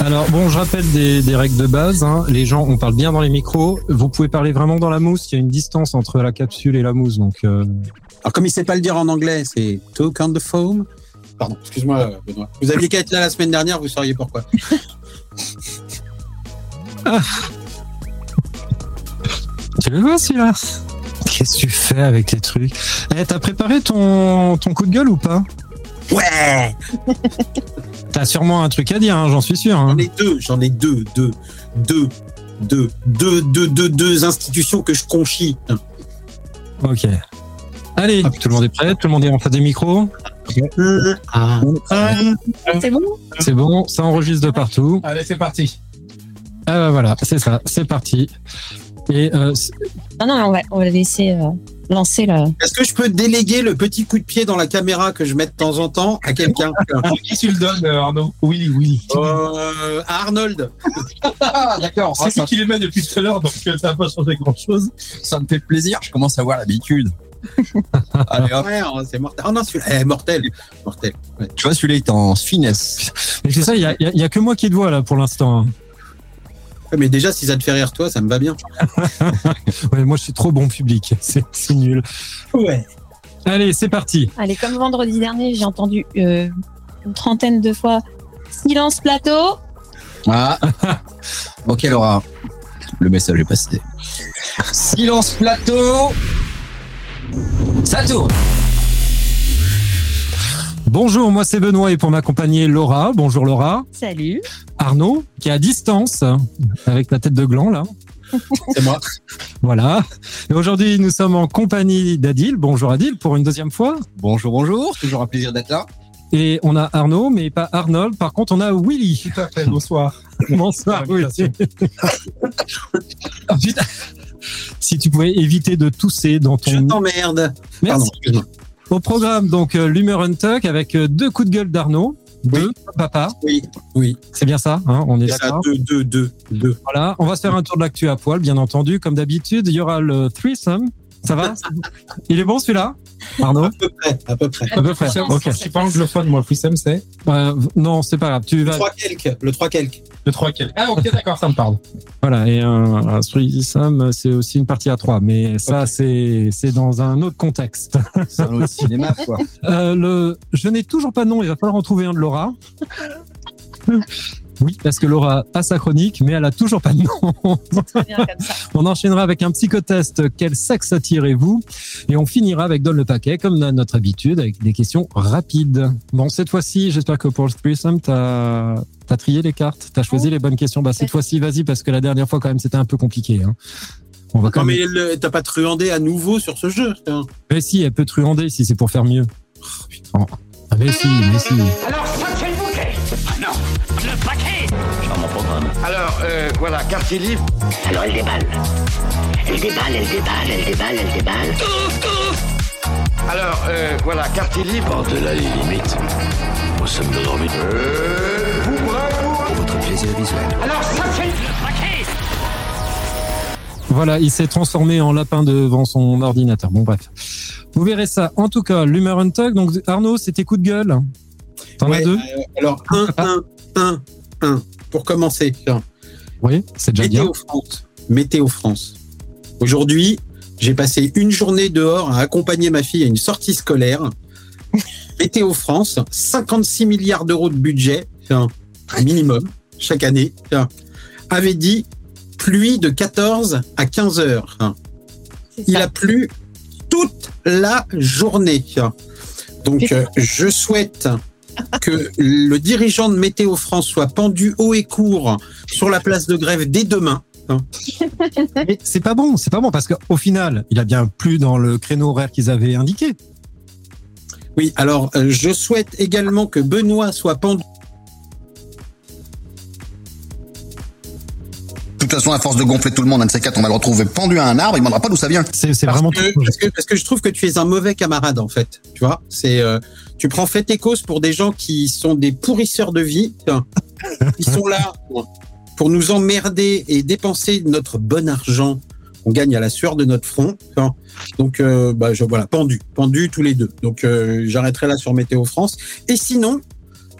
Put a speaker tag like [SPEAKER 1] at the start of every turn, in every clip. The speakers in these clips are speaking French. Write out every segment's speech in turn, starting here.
[SPEAKER 1] Alors bon, je rappelle des, des règles de base. hein. Les gens, on parle bien dans les micros. Vous pouvez parler vraiment dans la mousse. Il y a une distance entre la capsule et la mousse, donc euh,
[SPEAKER 2] Alors, comme il sait pas le dire en anglais, c'est Talk on the Foam. Pardon, excuse-moi, Benoît. Vous aviez qu'à être là la semaine dernière, vous sauriez pourquoi.
[SPEAKER 1] tu le vois celui-là. Qu'est-ce que tu fais avec tes trucs Eh, t'as préparé ton ton coup de gueule ou pas
[SPEAKER 2] Ouais
[SPEAKER 1] T'as sûrement un truc à dire, hein, j'en suis sûr. hein.
[SPEAKER 2] J'en ai deux, j'en ai deux, deux, deux, deux, deux, deux, deux, deux institutions que je conchis.
[SPEAKER 1] Ok. Allez,
[SPEAKER 2] Ah,
[SPEAKER 1] tout le monde est prêt, tout le monde est en face des micros.
[SPEAKER 2] Ah,
[SPEAKER 3] C'est bon
[SPEAKER 1] C'est bon, ça enregistre de partout.
[SPEAKER 4] Allez, c'est parti.
[SPEAKER 1] Ah bah voilà, c'est ça, c'est parti. Et euh, c'est-
[SPEAKER 3] Non, non, on va, on va laisser euh, lancer le.
[SPEAKER 2] Est-ce que je peux déléguer le petit coup de pied dans la caméra que je mets de temps en temps à quelqu'un
[SPEAKER 4] Qui tu le donnes, euh, Arnaud
[SPEAKER 1] oui, oui.
[SPEAKER 2] Euh, à Arnold
[SPEAKER 4] Ah, d'accord.
[SPEAKER 5] Ah,
[SPEAKER 4] C'est
[SPEAKER 5] ça-
[SPEAKER 4] lui qui les met depuis tout à l'heure, donc euh, ça n'a pas changé grand-chose.
[SPEAKER 5] Ça me fait plaisir, je commence à avoir l'habitude. Allez hop,
[SPEAKER 2] Ouais, c'est mortel. Oh non, celui-là, eh, mortel. mortel.
[SPEAKER 5] tu vois, celui-là est en finesse.
[SPEAKER 1] Mais c'est ça, il y a, il y a- il y a que moi qui te vois là pour l'instant. hein.
[SPEAKER 2] Ouais, Mais déjà, si ça te fait rire, toi, ça me va bien.
[SPEAKER 1] Ouais, moi je suis trop bon public, c'est c'est nul.
[SPEAKER 2] Ouais.
[SPEAKER 1] Allez, c'est parti.
[SPEAKER 3] Allez, comme vendredi dernier, j'ai entendu euh, une trentaine de fois silence plateau.
[SPEAKER 5] Ah, ok, Laura, le message est passé. Silence plateau, ça tourne.
[SPEAKER 1] Bonjour, moi c'est Benoît et pour m'accompagner Laura. Bonjour Laura.
[SPEAKER 3] Salut.
[SPEAKER 1] Arnaud, qui est à distance, euh, avec la tête de gland là.
[SPEAKER 2] C'est moi.
[SPEAKER 1] Voilà. Et aujourd'hui, nous sommes en compagnie d'Adil. Bonjour Adil pour une deuxième fois.
[SPEAKER 5] Bonjour, bonjour, toujours un plaisir d'être là.
[SPEAKER 1] Et on a Arnaud, mais pas Arnold. Par contre, on a Willy.
[SPEAKER 4] Tout à fait, bonsoir.
[SPEAKER 1] Bonsoir,
[SPEAKER 4] Par
[SPEAKER 1] oui.
[SPEAKER 4] invitation.
[SPEAKER 1] Ah, putain. Si tu pouvais éviter de tousser dans
[SPEAKER 2] Je
[SPEAKER 1] ton.
[SPEAKER 2] t'emmerde.
[SPEAKER 1] Merci.
[SPEAKER 2] Pardon, excuse-moi.
[SPEAKER 1] Au programme, donc, euh, l'humeur Untuck avec euh, deux coups de gueule d'Arnaud, deux papa.
[SPEAKER 2] Oui,
[SPEAKER 1] C'est bien ça, hein, on est
[SPEAKER 2] c'est ça.
[SPEAKER 1] d'accord.
[SPEAKER 2] Deux, deux, deux, deux.
[SPEAKER 1] Voilà. On va se faire un tour de l'actu à poil, bien entendu. Comme d'habitude, il y aura le threesome. Ça va Il est bon celui-là Arnaud
[SPEAKER 2] À peu près, à peu près.
[SPEAKER 1] À peu près. Ok.
[SPEAKER 4] Je suis pas anglophone, moi, le Frisem, c'est
[SPEAKER 1] Euh, non, c'est pas grave. Tu vas.
[SPEAKER 2] Trois quelques, le trois quelques.
[SPEAKER 4] le 3 quel. Ah, ok, d'accord, ça me parle.
[SPEAKER 1] Voilà. Et un, un threesome, c'est aussi une partie à trois, mais ça, c'est c'est dans un autre contexte.
[SPEAKER 5] C'est un autre cinéma, quoi.
[SPEAKER 1] Euh, le... Je n'ai toujours pas de nom, il va falloir en trouver un de Laura. Oui, parce que Laura a sa chronique, mais elle a toujours pas de nom.
[SPEAKER 3] Très bien comme ça.
[SPEAKER 1] On enchaînera avec un psychotest. Quel sexe attirez-vous Et on finira avec Donne le paquet, comme à notre habitude, avec des questions rapides. Bon, cette fois-ci, j'espère que pour le threesome, t'as as trié les cartes, t'as choisi les bonnes questions. Bah, cette fois-ci, vas-y, parce que la dernière fois, quand même, c'était un peu compliqué. hein. On va quand
[SPEAKER 2] Non,
[SPEAKER 1] même.
[SPEAKER 2] mais le- t'as pas truandé à nouveau sur ce jeu. hein.
[SPEAKER 1] Mais si, elle peut truander si c'est pour faire mieux. Oh, putain. Ah, mais si, mais si.
[SPEAKER 6] Alors, ça, c'est le bouquet Ah non, le paquet
[SPEAKER 7] Alors, euh, voilà, quartier libre.
[SPEAKER 6] Alors, elle déballe. Elle déballe, elle déballe, elle déballe, elle déballe.
[SPEAKER 7] Alors, euh, voilà, quartier libre.
[SPEAKER 8] Par-delà les limites, nous sommes dans l'orbite. Pour votre plaisir visuel.
[SPEAKER 6] Alors, ça, c'est le paquet
[SPEAKER 1] Voilà, il s'est transformé en lapin devant son ordinateur. Bon, bref. Vous verrez ça. En tout cas, l'humeur Untuck. Donc, Arnaud, c'était coup de gueule. T'en
[SPEAKER 2] Ouais,
[SPEAKER 1] as deux
[SPEAKER 2] euh, alors, un, un, un, un. Pour commencer, tiens.
[SPEAKER 1] Oui, c'est déjà bien.
[SPEAKER 2] Météo France. Météo France. Aujourd'hui, j'ai passé une journée dehors à accompagner ma fille à une sortie scolaire. Météo France, 56 milliards d'euros de budget, tiens, minimum, chaque année, tiens, avait dit pluie de 14 à 15 heures. tiens.
[SPEAKER 3] C'est
[SPEAKER 2] Il
[SPEAKER 3] ça.
[SPEAKER 2] a plu toute la journée. Donc, euh, je souhaite que le dirigeant de Météo France soit pendu haut et court sur la place de grève dès demain.
[SPEAKER 1] Mais c'est pas bon, c'est pas bon parce qu'au final, il a bien plu dans le créneau horaire qu'ils avaient indiqué.
[SPEAKER 2] Oui, alors, euh, je souhaite également que Benoît soit pendu.
[SPEAKER 9] De toute façon, à force de gonfler tout le monde, un de ces quatre, on va le retrouver pendu à un arbre. Il ne demandera pas d'où ça vient.
[SPEAKER 1] C'est c'est
[SPEAKER 2] Parce
[SPEAKER 1] vraiment
[SPEAKER 2] que,
[SPEAKER 1] tout.
[SPEAKER 2] parce, que, parce que je trouve que tu es un mauvais camarade, en fait. Tu vois, c'est. euh, tu prends fait et cause pour des gens qui sont des pourrisseurs de vie. hein. Ils sont là pour- pour nous emmerder et dépenser notre bon argent qu'on gagne à la sueur de notre front. hein. Donc, euh, bah, je, voilà, pendu, pendu tous les deux. Donc, euh,
[SPEAKER 1] Ah.
[SPEAKER 2] j'arrêterai là sur Météo France. Et sinon,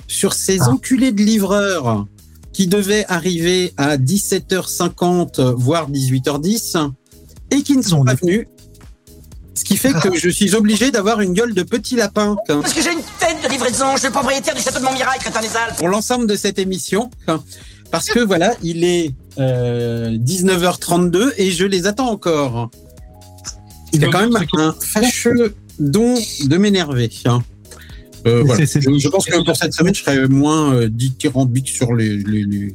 [SPEAKER 2] sur ces enculés de livreurs qui devait arriver à 17h50, voire 18h10, et qui ne sont pas venus. Ce qui fait que je suis obligé d'avoir une gueule de petit lapin hein,
[SPEAKER 10] Parce que j'ai une tête de livraison, je suis propriétaire du château de Montmirail, crétin des Alpes.
[SPEAKER 2] pour l'ensemble de cette émission. hein, Parce que voilà, il est euh, 19h32 et je les attends encore. Il y a quand même un fâcheux don de m'énerver. hein. Euh, voilà.
[SPEAKER 1] C'est- c'est-
[SPEAKER 2] je, je pense que pour cette semaine, je serai moins euh, dithyrambique sur les, les, les,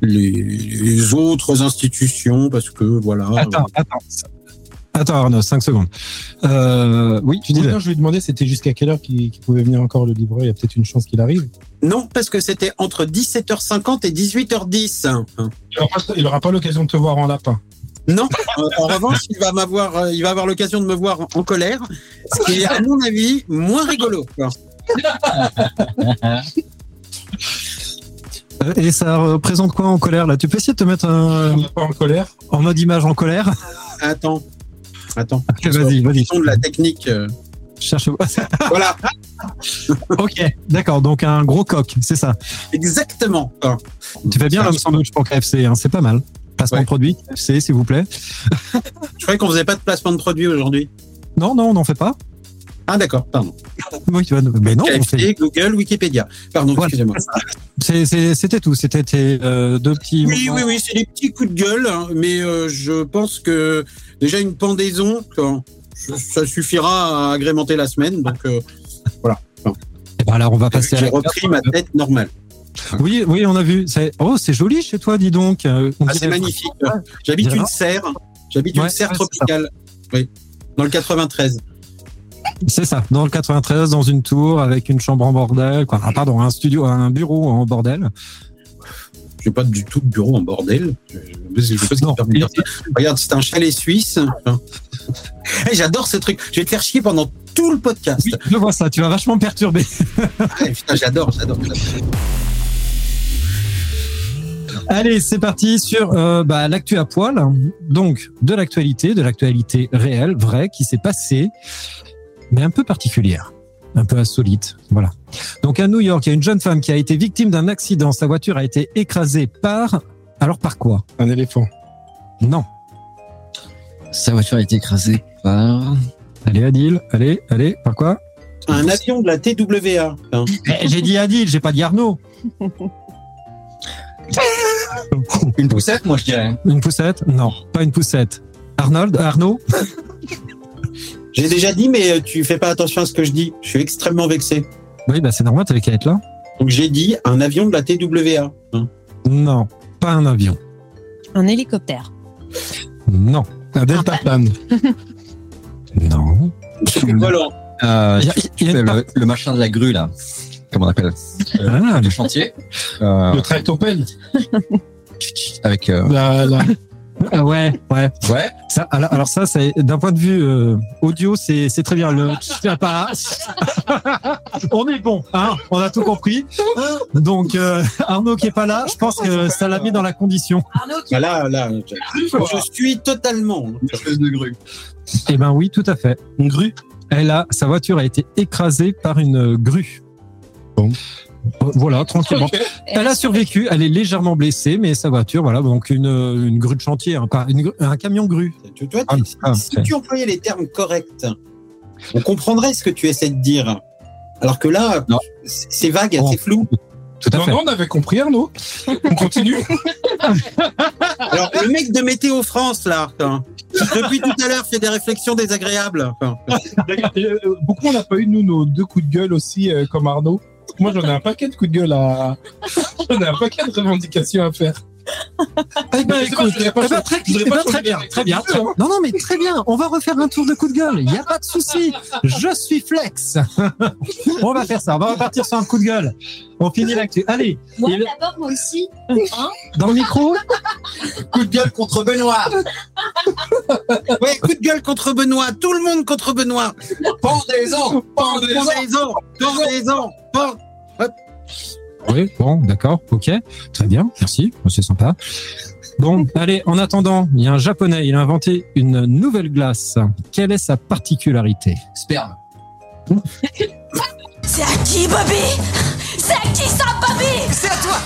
[SPEAKER 2] les- les autres institutions parce que voilà.
[SPEAKER 1] Attends, attends. Attends, Arnaud, 5 secondes. Euh, oui, tu disais.
[SPEAKER 4] Non, je lui demandais c'était jusqu'à quelle heure qu'il qu'il pouvait venir encore le livreur. Il y a peut-être une chance qu'il arrive.
[SPEAKER 2] Non, parce que c'était entre 17h50 et 18h10. hein.
[SPEAKER 4] Il aura pas- Il aura pas l'occasion de te voir en lapin.
[SPEAKER 2] Non. Euh, en revanche, il va m'avoir, euh, il va avoir l'occasion de me voir en- en colère, ce qui est à mon avis moins rigolo. quoi.
[SPEAKER 1] Euh, Et ça représente quoi en colère là Tu peux essayer de te mettre un-
[SPEAKER 4] On n'est pas en colère.
[SPEAKER 1] en mode image en colère
[SPEAKER 2] Attends, attends.
[SPEAKER 1] Vas-y, vas-y.
[SPEAKER 2] Question de la technique. euh,
[SPEAKER 1] Cherche.
[SPEAKER 2] voilà,
[SPEAKER 1] ok, d'accord. Donc un gros coq, c'est ça.
[SPEAKER 2] exactement. hein.
[SPEAKER 1] Tu fais bien l'homme sandwich pour KFC, hein, c'est pas mal. Passement
[SPEAKER 2] Ouais.
[SPEAKER 1] produit, KFC, s'il vous plaît.
[SPEAKER 2] Je croyais qu'on faisait pas de placement de produit aujourd'hui.
[SPEAKER 1] Non, non, on n'en fait pas.
[SPEAKER 2] Ah d'accord, pardon.
[SPEAKER 1] Oui, tu vas- Mais non, on fait.
[SPEAKER 2] KFC, Google, Wikipédia. Pardon,
[SPEAKER 1] Voilà.
[SPEAKER 2] excusez-moi.
[SPEAKER 1] C'est- c'est- C'était tout. C'était tes, euh, deux petits.
[SPEAKER 2] Oui,
[SPEAKER 1] moments.
[SPEAKER 2] oui, oui, c'est des petits coups de gueule, hein, mais euh, je pense que déjà une pendaison, quoi, ça suffira à agrémenter la semaine. Donc euh,
[SPEAKER 1] Eh ben, alors, on va passer à
[SPEAKER 2] j'ai
[SPEAKER 1] la. euh,
[SPEAKER 2] repris ma tête normale.
[SPEAKER 1] Oui, oui, on a vu. C'est- Oh, c'est joli chez toi, dis donc. Euh, on
[SPEAKER 2] Ah, c'est
[SPEAKER 1] dirait-
[SPEAKER 2] magnifique. J'habite
[SPEAKER 1] Dirait-
[SPEAKER 2] une serre, j'habite
[SPEAKER 1] Ouais,
[SPEAKER 2] une serre
[SPEAKER 1] ouais, c'est ça.
[SPEAKER 2] tropicale. Oui, dans le 93.
[SPEAKER 1] C'est ça, dans le 93, dans une tour avec une chambre en bordel, quoi. Ah, pardon, un studio, un bureau en bordel.
[SPEAKER 2] J'ai pas du tout de bureau en bordel. Je- je- je sais pas ce qui
[SPEAKER 1] Non.
[SPEAKER 2] permet de dire ça. Regarde, c'est un chalet suisse. Enfin, Eh, J'adore ce truc. Je vais te faire chier pendant tout le podcast.
[SPEAKER 1] Oui, je vois ça, tu vas vachement perturbé.
[SPEAKER 2] Ah, putain, j'adore, j'adore. j'adore.
[SPEAKER 1] Allez, c'est parti sur euh, bah, l'actu à poil. Donc, de l'actualité, de l'actualité réelle, vraie, qui s'est passée, mais un peu particulière, un peu insolite. Voilà. Donc, à New York, il y a une jeune femme qui a été victime d'un accident. Sa voiture a été écrasée par. Alors, par quoi
[SPEAKER 4] Un éléphant.
[SPEAKER 1] Non.
[SPEAKER 5] Sa voiture a été écrasée par.
[SPEAKER 1] Allez, Adil, allez, allez, par quoi
[SPEAKER 2] Un avion de la TWA. Enfin,
[SPEAKER 1] Eh, J'ai dit Adil, j'ai pas dit Arnaud.
[SPEAKER 5] Une poussette, moi je dirais.
[SPEAKER 1] Une poussette Non, pas une poussette. Arnold Arnaud
[SPEAKER 2] J'ai déjà dit, mais euh, tu fais pas attention à ce que je dis. Je suis extrêmement vexé.
[SPEAKER 1] Oui, bah c'est normal, t'avais qu'à être là.
[SPEAKER 2] Donc j'ai dit un avion de la TWA. Hein.
[SPEAKER 1] Non, pas un avion.
[SPEAKER 3] Un hélicoptère.
[SPEAKER 1] Non.
[SPEAKER 4] Un delta plane.
[SPEAKER 1] Non.
[SPEAKER 2] Voilà.
[SPEAKER 5] Euh,
[SPEAKER 1] Il y a-
[SPEAKER 5] tu
[SPEAKER 1] il y a
[SPEAKER 5] fais
[SPEAKER 1] une
[SPEAKER 5] le, le machin de la grue là. Comment on appelle Euh,
[SPEAKER 1] Ah,
[SPEAKER 5] Le chantier.
[SPEAKER 4] Le
[SPEAKER 5] Euh,
[SPEAKER 4] tractopelle.
[SPEAKER 5] avec. euh,
[SPEAKER 4] La, la-
[SPEAKER 1] ah ouais, ouais.
[SPEAKER 5] Ouais.
[SPEAKER 1] Ça, alors, alors ça, c'est d'un point de vue euh, audio, c'est c'est très bien. Le, c'est pas- on est bon, hein on a tout compris. Donc euh, Arnaud qui est pas là, je pense que ça l'a mis dans la condition.
[SPEAKER 10] Arnaud qui
[SPEAKER 2] Bah là, là, je, je suis totalement.
[SPEAKER 1] Eh ben oui, tout à fait.
[SPEAKER 4] une grue.
[SPEAKER 1] Elle a, sa voiture a été écrasée par une euh, grue.
[SPEAKER 4] Bon.
[SPEAKER 1] Euh, Voilà, tranquillement. Elle a survécu, elle est légèrement blessée, mais sa voiture, voilà, donc une, euh, une grue de chantier, hein, pas une grue- un camion grue.
[SPEAKER 2] Tu- toi, tu-
[SPEAKER 1] Ah, ah,
[SPEAKER 2] si tu employais les termes corrects, on comprendrait ce que tu essaies de dire. Alors que là,
[SPEAKER 5] Non.
[SPEAKER 2] c'est c'est vague,
[SPEAKER 1] Oh.
[SPEAKER 2] c'est flou.
[SPEAKER 1] tout à
[SPEAKER 4] Non,
[SPEAKER 1] fait.
[SPEAKER 4] non, on avait compris Arnaud. On continue.
[SPEAKER 2] Alors le mec de Météo France là, hein, qui depuis tout à l'heure fait des réflexions désagréables. Enfin,
[SPEAKER 4] D'ailleurs, euh, beaucoup on n'a pas eu nous nos deux coups de gueule aussi euh, comme Arnaud. Moi j'en ai un paquet de coups de gueule à. J'en ai un paquet de revendications à faire.
[SPEAKER 1] Eh ben,
[SPEAKER 4] Je sais pas,
[SPEAKER 1] écoute,
[SPEAKER 4] je voudrais pas
[SPEAKER 1] eh ben,
[SPEAKER 4] changer-
[SPEAKER 1] très,
[SPEAKER 4] je voudrais
[SPEAKER 1] eh
[SPEAKER 4] pas
[SPEAKER 1] ben,
[SPEAKER 4] changer
[SPEAKER 1] très bien,
[SPEAKER 4] les-
[SPEAKER 1] très bien.
[SPEAKER 4] les deux, hein.
[SPEAKER 1] Non, non, mais très bien. On va refaire un tour de coup de gueule. Il n'y a pas de souci. Je suis flex. on va faire ça. On va repartir sur un coup de gueule. On finit l'actu. Allez,
[SPEAKER 11] Moi
[SPEAKER 1] Et le-
[SPEAKER 11] d'abord, moi aussi.
[SPEAKER 1] dans le micro.
[SPEAKER 5] Coup de gueule contre Benoît.
[SPEAKER 2] ouais, coup de gueule contre Benoît, tout le monde contre Benoît.
[SPEAKER 5] Pendez-en.
[SPEAKER 2] Pendaison, pendaison, pendaison.
[SPEAKER 1] Oui, bon, d'accord, ok, très bien, merci, c'est sympa. Bon, allez, en attendant, il y a un japonais, il a inventé une nouvelle glace. Quelle est sa particularité
[SPEAKER 5] Sperme.
[SPEAKER 10] C'est à qui, Bobby C'est à qui ça, Bobby C'est à toi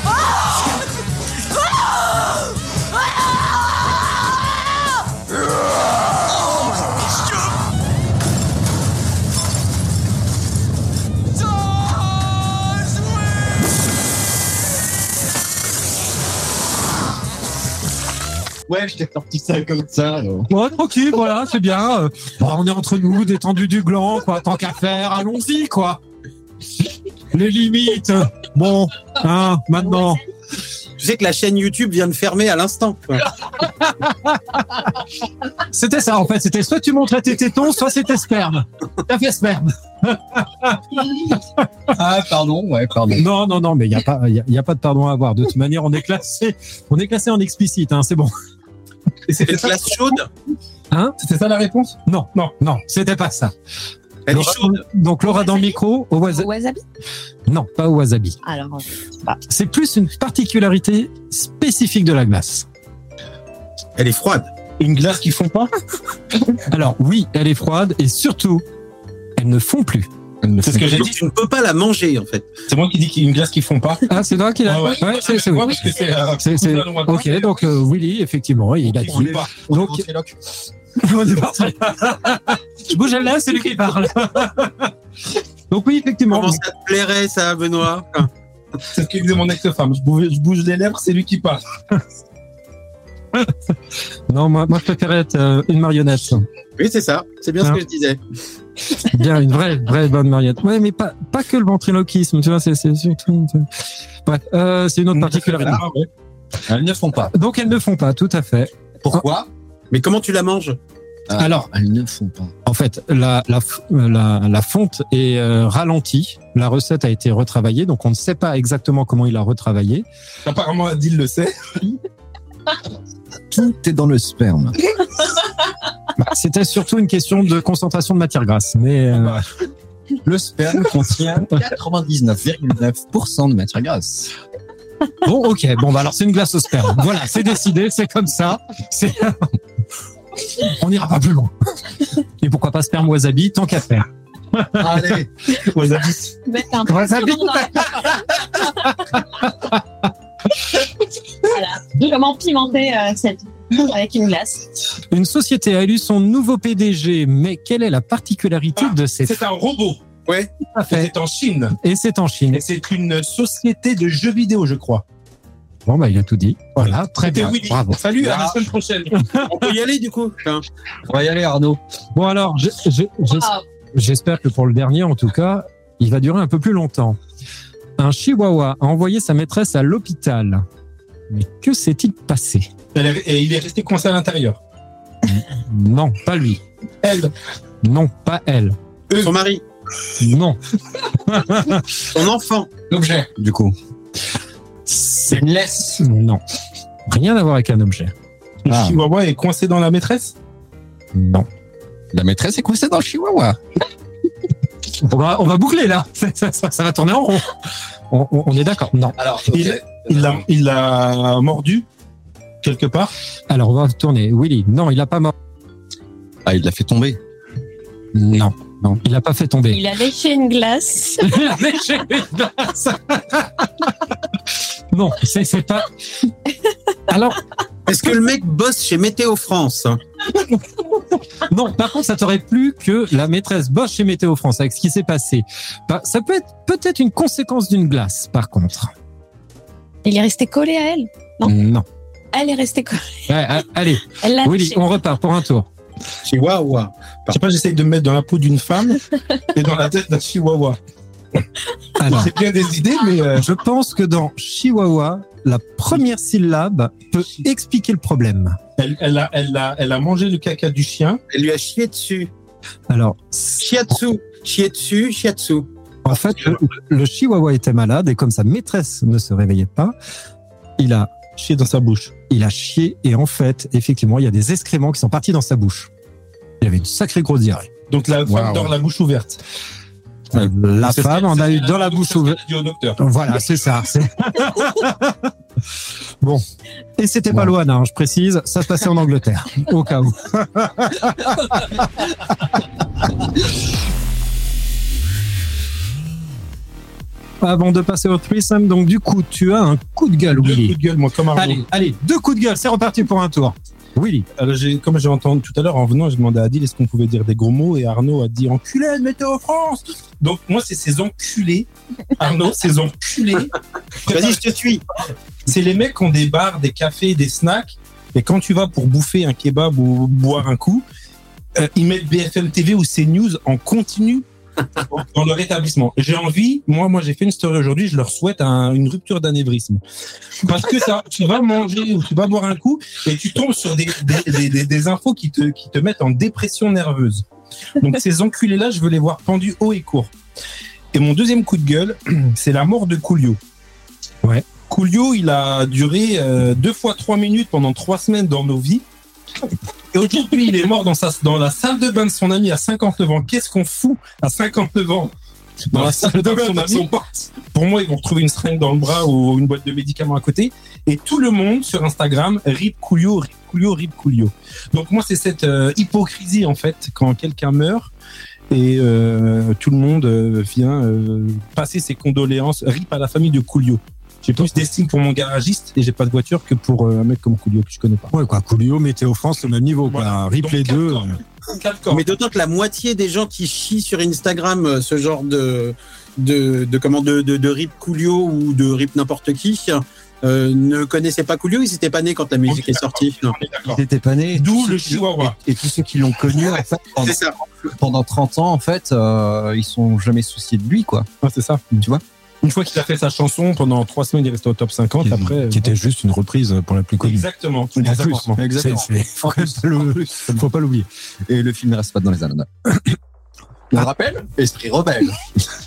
[SPEAKER 2] Ouais, je t'ai sorti ça comme ça. alors.
[SPEAKER 1] Ouais, tranquille, voilà, c'est bien. Euh, bah, on est entre nous, détendu du gland, quoi. Tant qu'à faire, allons-y, quoi. Les limites. Bon, hein, maintenant.
[SPEAKER 2] Tu sais que la chaîne YouTube vient de fermer à l'instant. quoi.
[SPEAKER 1] C'était ça, en fait. C'était soit tu montrais tes tétons, soit c'était sperme. T'as fait sperme.
[SPEAKER 5] Ah, pardon, ouais, pardon.
[SPEAKER 1] Non, non, non, mais il n'y a, pas- y a, y a pas de pardon à avoir. De toute manière, on est classé, on est classé en explicite, hein, c'est bon.
[SPEAKER 4] Et c'était
[SPEAKER 2] Une
[SPEAKER 4] ça,
[SPEAKER 2] classe chaude.
[SPEAKER 4] c'était ça la réponse
[SPEAKER 1] Non, non, non, c'était pas ça.
[SPEAKER 2] Elle est
[SPEAKER 1] Laura-
[SPEAKER 2] chaude.
[SPEAKER 1] donc, Laura dans le micro, au wasabi.
[SPEAKER 3] Wasabi
[SPEAKER 1] Non, pas au wasabi.
[SPEAKER 3] Alors, euh,
[SPEAKER 1] C'est plus une particularité spécifique de la glace.
[SPEAKER 2] Elle est froide.
[SPEAKER 11] Une glace qui fond pas
[SPEAKER 1] Alors, oui, elle est froide et surtout, elle ne fond plus.
[SPEAKER 4] C'est ce que j'ai
[SPEAKER 2] Donc,
[SPEAKER 4] dit.
[SPEAKER 2] tu ne peux pas la manger, en fait.
[SPEAKER 4] C'est moi qui dis qu'une glace qui fond pas.
[SPEAKER 1] Ah, c'est toi qui l'as
[SPEAKER 4] Ouais, ouais.
[SPEAKER 1] Ouais, c'est- c'est-
[SPEAKER 4] Moi, parce que c'est, euh,
[SPEAKER 1] c'est- c'est- Ok, donc euh, Willy, effectivement, il a dit.
[SPEAKER 4] On est pas.
[SPEAKER 1] Donc-
[SPEAKER 4] Donc,
[SPEAKER 1] On est parti. Je bouge là, c'est lui qui parle. Donc oui, effectivement.
[SPEAKER 2] Comment ça te plairait, ça, Benoît
[SPEAKER 4] c'est ce que disait mon ex-femme. Je bouge, je bouge les lèvres, c'est lui qui parle.
[SPEAKER 1] Non, moi, moi je préférais être euh, une marionnette.
[SPEAKER 2] Oui, c'est ça. C'est bien
[SPEAKER 1] Hein
[SPEAKER 2] ce que je disais.
[SPEAKER 1] Bien, une vraie, vraie bonne marionnette. Ouais, mais pas, pas que le ventriloquisme, tu vois, c'est c'est surtout. Bref, euh, c'est une autre particularité.
[SPEAKER 4] Ah, ouais.
[SPEAKER 5] Elles ne font pas.
[SPEAKER 1] Donc elles ne font pas, tout à fait.
[SPEAKER 5] Pourquoi
[SPEAKER 2] Mais comment tu la manges
[SPEAKER 1] Alors,
[SPEAKER 5] Elles ne font pas.
[SPEAKER 1] en fait, la, la, f- la, la fonte est euh, ralentie. La recette a été retravaillée, donc on ne sait pas exactement comment il a retravaillé.
[SPEAKER 4] Apparemment, Adil le sait.
[SPEAKER 5] Tout est dans le sperme.
[SPEAKER 1] Bah, C'était surtout une question de concentration de matière grasse, mais euh,
[SPEAKER 5] Le sperme contient 99,9% de matière grasse.
[SPEAKER 1] Bon, ok. Bon, bah alors c'est une glace au sperme. Voilà, c'est décidé, c'est comme ça. C'est- On n'ira pas plus loin. Et pourquoi pas sperme wasabi, tant qu'à faire.
[SPEAKER 5] Allez,
[SPEAKER 3] mettre un
[SPEAKER 1] Wasabi.
[SPEAKER 3] dans la Voilà. Comment pimenter euh, cette avec une glace
[SPEAKER 1] Une société a élu son nouveau PDG, mais quelle est la particularité de cette
[SPEAKER 4] C'est un robot.
[SPEAKER 1] affaire
[SPEAKER 4] C'est en Chine.
[SPEAKER 1] Et c'est en Chine.
[SPEAKER 4] Et c'est une société de jeux vidéo, je crois.
[SPEAKER 1] Bon, bah il a tout dit. Voilà, très
[SPEAKER 4] C'était
[SPEAKER 1] bien.
[SPEAKER 4] Willy.
[SPEAKER 1] Bravo.
[SPEAKER 4] Salut, à la
[SPEAKER 5] Ah.
[SPEAKER 4] semaine prochaine.
[SPEAKER 2] On peut y aller, du coup. hein
[SPEAKER 5] on va y aller Arnaud.
[SPEAKER 1] Bon alors, j'ai- j'ai- j'ai-
[SPEAKER 3] Waouh.
[SPEAKER 1] j'espère que pour le dernier, en tout cas, il va durer un peu plus longtemps. Un chihuahua a envoyé sa maîtresse à l'hôpital. Mais que s'est-il passé
[SPEAKER 4] Elle est- Et il est resté coincé à l'intérieur.
[SPEAKER 1] Non, pas lui.
[SPEAKER 4] Elle,
[SPEAKER 1] Non, pas elle.
[SPEAKER 2] Son mari,
[SPEAKER 1] Non.
[SPEAKER 2] son enfant.
[SPEAKER 5] L'objet, du coup.
[SPEAKER 1] C'est
[SPEAKER 5] une laisse.
[SPEAKER 1] non. Rien à voir avec un objet.
[SPEAKER 4] le
[SPEAKER 5] Ah.
[SPEAKER 4] chihuahua, est coincé dans la maîtresse.
[SPEAKER 1] Non.
[SPEAKER 5] La maîtresse est coincée dans le chihuahua.
[SPEAKER 1] On va, on va boucler là. Ça, ça- ça- ça va tourner en rond. On, on- on est d'accord. Non.
[SPEAKER 5] Alors, euh,
[SPEAKER 4] Il- Il
[SPEAKER 1] Ah.
[SPEAKER 4] l'a il l'a mordu quelque part.
[SPEAKER 1] Alors on va tourner. Willy. Non, il n'a pas mort.
[SPEAKER 5] Ah, il l'a fait tomber.
[SPEAKER 1] Non. Non. Il n'a pas fait tomber.
[SPEAKER 3] Il a léché une glace.
[SPEAKER 1] Il a léché une glace. non, c'est c'est pas. Alors
[SPEAKER 2] Est-ce que le mec bosse chez Météo France hein
[SPEAKER 1] non. Par contre, ça t'aurait plu que la maîtresse bosse chez Météo France avec ce qui s'est passé. Bah, ça peut être peut-être une conséquence d'une glace. Par contre.
[SPEAKER 3] Il est resté collé à elle. Non.
[SPEAKER 1] Non. Ah,
[SPEAKER 3] Elle est restée collée.
[SPEAKER 1] Ouais, a- allez.
[SPEAKER 3] Elle l'a
[SPEAKER 1] Willy,
[SPEAKER 3] léché.
[SPEAKER 1] on repart pour un tour.
[SPEAKER 2] Chihuahua.
[SPEAKER 4] Je sais pas, j'essaye de me mettre dans la peau d'une femme et dans la tête d'un chihuahua.
[SPEAKER 1] Alors,
[SPEAKER 4] C'est bien des idées, mais euh,
[SPEAKER 1] je pense que dans Chihuahua, la première syllabe peut expliquer le problème.
[SPEAKER 4] elle, elle a, elle, a, elle a mangé le caca du chien.
[SPEAKER 2] Elle lui a chié dessus.
[SPEAKER 1] Alors,
[SPEAKER 2] Chiatsu. Chié dessus, chiatsu.
[SPEAKER 1] en fait, le, le Chihuahua était malade et comme sa maîtresse ne se réveillait pas, il a,
[SPEAKER 4] Chier dans sa bouche.
[SPEAKER 1] il a chié et en fait, effectivement, il y a des excréments qui sont partis dans sa bouche. Il avait une sacrée grosse diarrhée.
[SPEAKER 4] Donc la femme
[SPEAKER 5] Waouh.
[SPEAKER 4] dort la bouche ouverte.
[SPEAKER 1] Euh, La
[SPEAKER 4] C'est ce
[SPEAKER 1] femme
[SPEAKER 4] qu'elle-
[SPEAKER 1] en
[SPEAKER 4] c'est
[SPEAKER 1] a
[SPEAKER 4] ce
[SPEAKER 1] eu
[SPEAKER 4] qu'elle
[SPEAKER 1] dans la
[SPEAKER 4] dit au
[SPEAKER 1] bouche
[SPEAKER 4] docteur,
[SPEAKER 1] ouverte.
[SPEAKER 4] c'est ce qu'elle a dit au docteur.
[SPEAKER 1] Voilà, c'est ça. c'est- bon. Et c'était pas
[SPEAKER 5] Bon.
[SPEAKER 1] loin, hein, je précise, ça se passait en Angleterre, au cas où. Avant de passer au threesome, donc du coup, tu as un coup de gueule,
[SPEAKER 4] Deux coups
[SPEAKER 1] Willy.
[SPEAKER 4] de gueule, moi, comme Arnaud.
[SPEAKER 1] Allez, allez, deux coups de gueule, c'est reparti pour un tour. Willy,
[SPEAKER 4] Alors, j'ai- comme j'ai entendu tout à l'heure, en venant, j'ai demandé à Adil est-ce qu'on pouvait dire des gros mots et Arnaud a dit enculé de Météo France. Donc, moi, c'est ces enculés. Arnaud, ces enculés.
[SPEAKER 2] Vas-y, je te suis.
[SPEAKER 4] C'est les mecs qui ont des bars, des cafés, des snacks Et quand tu vas pour bouffer un kebab ou boire un coup, euh, ils mettent BFM TV ou CNews en continu dans leur établissement. J'ai envie, moi, moi, j'ai fait une story aujourd'hui, je leur souhaite un- une rupture d'anévrisme. Parce que ça, tu vas manger ou tu vas boire un coup et tu tombes sur des, des, des- des- des infos qui te, qui te mettent en dépression nerveuse. Donc, ces enculés-là, je veux les voir pendus haut et court. Et mon deuxième coup de gueule, c'est la mort de Coolio.
[SPEAKER 1] Ouais.
[SPEAKER 4] Coolio, il a duré euh, deux fois trois minutes pendant trois semaines dans nos vies. Et aujourd'hui, il est mort dans, sa, dans la salle de bain de son ami à 59 ans. Qu'est-ce qu'on fout à 59 ans dans la salle de bain de son ami Pour moi, ils vont retrouver une seringue dans le bras ou une boîte de médicaments à côté. Et tout le monde sur Instagram, rip Coolio, rip Coolio, rip Coolio. Donc moi, c'est cette euh, hypocrisie, en fait, quand quelqu'un meurt et euh, tout le monde euh, vient euh, passer ses condoléances, rip à la famille de Coolio. J'ai plus d'estime pour mon garagiste et j'ai pas de voiture que pour euh, un mec comme Coolio que je connais pas.
[SPEAKER 1] Ouais, quoi. Coolio, Météo France, le même niveau, quoi.
[SPEAKER 4] Voilà.
[SPEAKER 1] Rip les
[SPEAKER 4] Donc,
[SPEAKER 1] deux.
[SPEAKER 4] quatre ans.
[SPEAKER 1] euh,
[SPEAKER 4] Quatre corps.
[SPEAKER 2] Mais d'autant que la moitié des gens qui chient sur Instagram euh, ce genre de de, de comment de, de, de rip Coolio ou de rip n'importe qui euh, ne connaissaient pas Coolio, ils n'étaient pas nés quand la musique est sortie. Non.
[SPEAKER 4] On est d'accord.
[SPEAKER 5] T'étais pas né.
[SPEAKER 4] D'où le chihuahua.
[SPEAKER 5] Et tous ceux qui l'ont connu, en fait, pendant,
[SPEAKER 2] C'est ça.
[SPEAKER 5] pendant 30 ans, en fait, euh, ils sont jamais souciés de lui, quoi.
[SPEAKER 4] Ah, c'est ça.
[SPEAKER 5] Tu vois
[SPEAKER 4] Une fois qu'il a fait sa chanson, pendant trois semaines, il restait au top 50.
[SPEAKER 1] qui,
[SPEAKER 4] après,
[SPEAKER 1] qui était juste une reprise pour la plus connue.
[SPEAKER 4] Exactement.
[SPEAKER 1] En plus,
[SPEAKER 4] Exactement.
[SPEAKER 5] Exactement.
[SPEAKER 1] c'est- c'est- faut pas le- faut pas l'oublier.
[SPEAKER 5] Et le film ne reste pas dans les annales. On rappelle Esprit rebelle.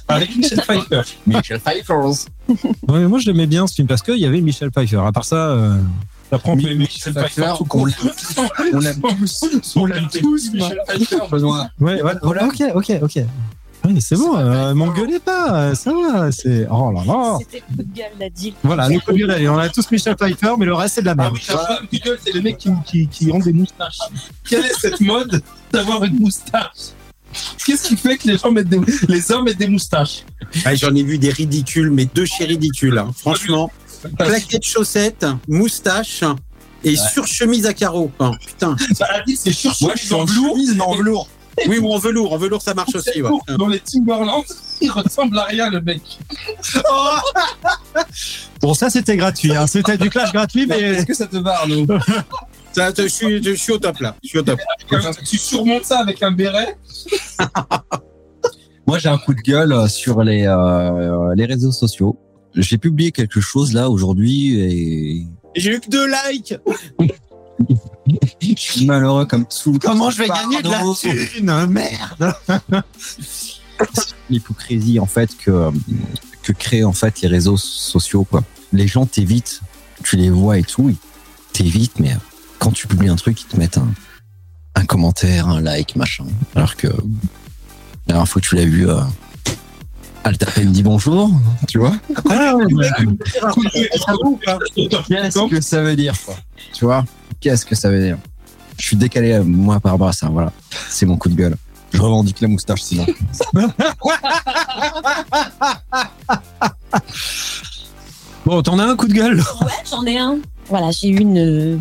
[SPEAKER 4] Avec Michel Pfeiffer.
[SPEAKER 5] Michel Pfeiffers.
[SPEAKER 1] Ouais, mais moi, j'aimais bien ce film parce qu'il y avait Michel Pfeiffer. À part ça, euh,
[SPEAKER 4] Après, on peut aimer
[SPEAKER 5] Michel
[SPEAKER 4] Michel
[SPEAKER 5] Pfeiffer,
[SPEAKER 4] Pfeiffer tout
[SPEAKER 5] on
[SPEAKER 4] court.
[SPEAKER 5] l'aime On l'aime tous. On l'aime tous, Michel Pfeiffer, Benoît.
[SPEAKER 1] ouais,
[SPEAKER 5] voilà, voilà.
[SPEAKER 1] Ok, ok, ok. Oui, c'est bon, euh, m'engueulez pas, euh, ça va, c'est. Oh là là
[SPEAKER 3] C'était le coup de gueule, la deal.
[SPEAKER 1] Voilà, nous communez, on a tous Michel Pfeiffer, mais le reste c'est de la
[SPEAKER 4] Ah
[SPEAKER 1] merde.
[SPEAKER 4] oui, la femme qui gueule, c'est les mecs qui, qui, qui ont des moustaches. Quelle est cette mode d'avoir une moustache Qu'est-ce qui fait que les gens mettent des, les hommes mettent des moustaches
[SPEAKER 2] Ah, J'en ai vu des ridicules, mais deux chez ridicules. hein. Franchement, claquettes chaussettes, moustache et surchemise à carreaux. hein. Putain.
[SPEAKER 4] Bah, la vie, c'est sur
[SPEAKER 5] Moi, je suis en
[SPEAKER 4] velours.
[SPEAKER 5] chemise, mais en velours.
[SPEAKER 2] Oui, ou en velours, en velours ça marche
[SPEAKER 4] C'est
[SPEAKER 2] aussi. ouais.
[SPEAKER 4] court, Dans les Timberlands, il ressemble à rien, le mec. Oh
[SPEAKER 1] Bon, ça c'était gratuit, hein. c'était du clash gratuit, mais.
[SPEAKER 5] Est-ce que ça te va, Arnaud
[SPEAKER 2] Ça, je, suis, je suis au top là. Je suis au top.
[SPEAKER 4] tu surmontes ça avec un béret
[SPEAKER 5] Moi, j'ai un coup de gueule euh, sur les, euh, les réseaux sociaux. J'ai publié quelque chose là aujourd'hui et
[SPEAKER 2] J'ai eu que deux likes.
[SPEAKER 5] je suis malheureux comme tout.
[SPEAKER 1] Comment je vais gagner de
[SPEAKER 5] Pardon.
[SPEAKER 1] la thune, merde
[SPEAKER 5] l'hypocrisie en fait que que créent en fait les réseaux sociaux quoi. Les gens t'évitent, tu les vois et tout, ils t'évitent mais quand tu publies un truc, ils te mettent un, un commentaire, un like, machin. Alors que la dernière fois que tu l'as vu euh, elle t'appelle, dit bonjour, tu vois
[SPEAKER 1] Ah, ouais.
[SPEAKER 5] Qu'est-ce que ça veut dire quoi Tu vois Qu'est-ce que ça veut dire Je suis décalé euh, moi par rapport à ça, voilà. C'est mon coup de gueule. Je revendique la moustache sinon.
[SPEAKER 1] Bon, t'en as un coup de gueule
[SPEAKER 3] Ouais, j'en ai un. Voilà, j'ai eu une. euh,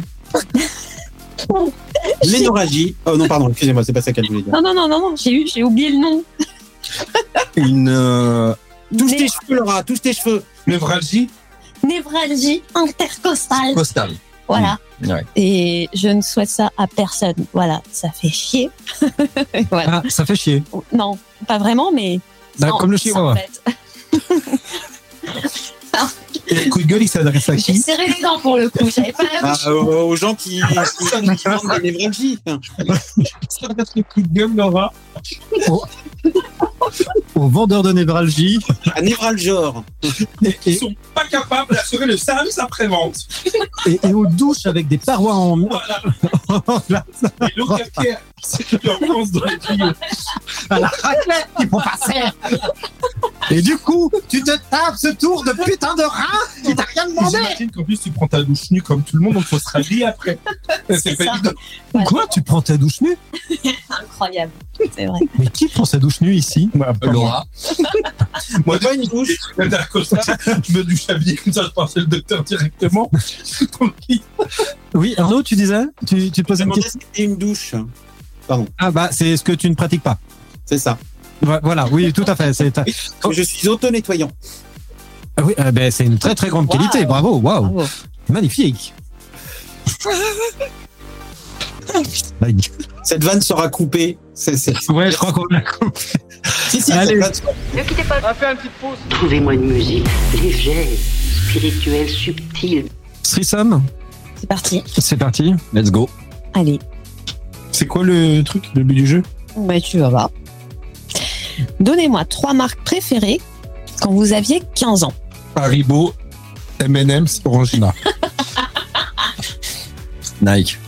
[SPEAKER 2] L'hémorragie. Oh non, pardon, excusez-moi, c'est pas ça qu'elle voulait dire.
[SPEAKER 3] Non, non, non, non, non, j'ai eu, j'ai oublié le nom.
[SPEAKER 5] Une euh,
[SPEAKER 2] Touche
[SPEAKER 3] Mais-
[SPEAKER 2] tes cheveux, Laura, touche tes cheveux.
[SPEAKER 4] Névralgie
[SPEAKER 3] névralgie intercostale.
[SPEAKER 5] postale.
[SPEAKER 3] Voilà.
[SPEAKER 5] Ouais.
[SPEAKER 3] Et je ne souhaite ça à personne. Voilà, ça fait chier. Voilà.
[SPEAKER 1] Ah, ça fait chier.
[SPEAKER 3] Non, pas vraiment, mais.
[SPEAKER 1] Bah,
[SPEAKER 3] Non,
[SPEAKER 1] comme le
[SPEAKER 3] ça,
[SPEAKER 1] chihuahua.
[SPEAKER 3] en fait.
[SPEAKER 4] Et le coup de gueule, il s'adresse à
[SPEAKER 3] J'ai serré les dents pour le coup. J'avais pas la
[SPEAKER 2] Ah, euh, aux gens qui, qui, qui vendent des névralgies.
[SPEAKER 4] s'adresse le coup de gueule, Laura.
[SPEAKER 1] Au vendeur de névralgie.
[SPEAKER 2] Un névralgior.
[SPEAKER 1] Et,
[SPEAKER 4] Ils sont pas capables d'assurer le service après-vente.
[SPEAKER 1] et- et aux douches avec des parois en
[SPEAKER 4] Voilà.
[SPEAKER 5] Oh,
[SPEAKER 1] Là,
[SPEAKER 4] Et le calcaire, c'est ce qui en pense dans les tuyaux.
[SPEAKER 1] à la raclette qui font passer. Et du coup, tu te tapes ce tour de putain de rein qui t'a rien demandé.
[SPEAKER 4] J'imagine qu'en plus, tu prends ta douche nue comme tout le monde, donc faut se rhabiller après. C'est pas
[SPEAKER 3] ça.
[SPEAKER 4] évident.
[SPEAKER 1] Quoi Tu prends ta douche nue
[SPEAKER 3] incroyable. C'est vrai.
[SPEAKER 1] Mais qui prend sa douche nue ici
[SPEAKER 5] Laura.
[SPEAKER 4] Moi,
[SPEAKER 2] Pas une douche.
[SPEAKER 4] je je me douche habillé comme ça, je pensais le docteur directement. Tranquille.
[SPEAKER 1] Oui, Arnaud, tu disais tu, tu te
[SPEAKER 2] Je
[SPEAKER 1] posais
[SPEAKER 2] me
[SPEAKER 1] une
[SPEAKER 2] demandais
[SPEAKER 1] question
[SPEAKER 2] si c'était une douche.
[SPEAKER 1] Ah bah, c'est ce que tu ne pratiques pas.
[SPEAKER 2] C'est ça.
[SPEAKER 1] Vo- Voilà, oui, tout à fait. C'est ta-
[SPEAKER 2] Parce que Oh. Je suis auto-nettoyant.
[SPEAKER 1] Ah oui, euh, ben, c'est une très très grande
[SPEAKER 3] Waouh.
[SPEAKER 1] qualité. Bravo, waouh,
[SPEAKER 3] Bravo.
[SPEAKER 1] magnifique.
[SPEAKER 2] Cette vanne sera coupée. C'est, c'est...
[SPEAKER 1] Ouais, je crois qu'on l'a coupé.
[SPEAKER 2] Si, si,
[SPEAKER 1] Allez.
[SPEAKER 2] cette vanne sera-
[SPEAKER 6] Ne quittez pas. On fait un petit pause. Trouvez-moi une musique légère, spirituelle, subtile.
[SPEAKER 1] Threesome,
[SPEAKER 3] C'est parti.
[SPEAKER 1] c'est parti.
[SPEAKER 5] Let's go.
[SPEAKER 3] Allez.
[SPEAKER 4] C'est quoi le truc, le but du jeu
[SPEAKER 3] Bah, tu vas voir. Donnez-moi trois marques préférées quand vous aviez 15 ans.
[SPEAKER 4] Haribo, M&M's, Orangina.
[SPEAKER 5] Nike.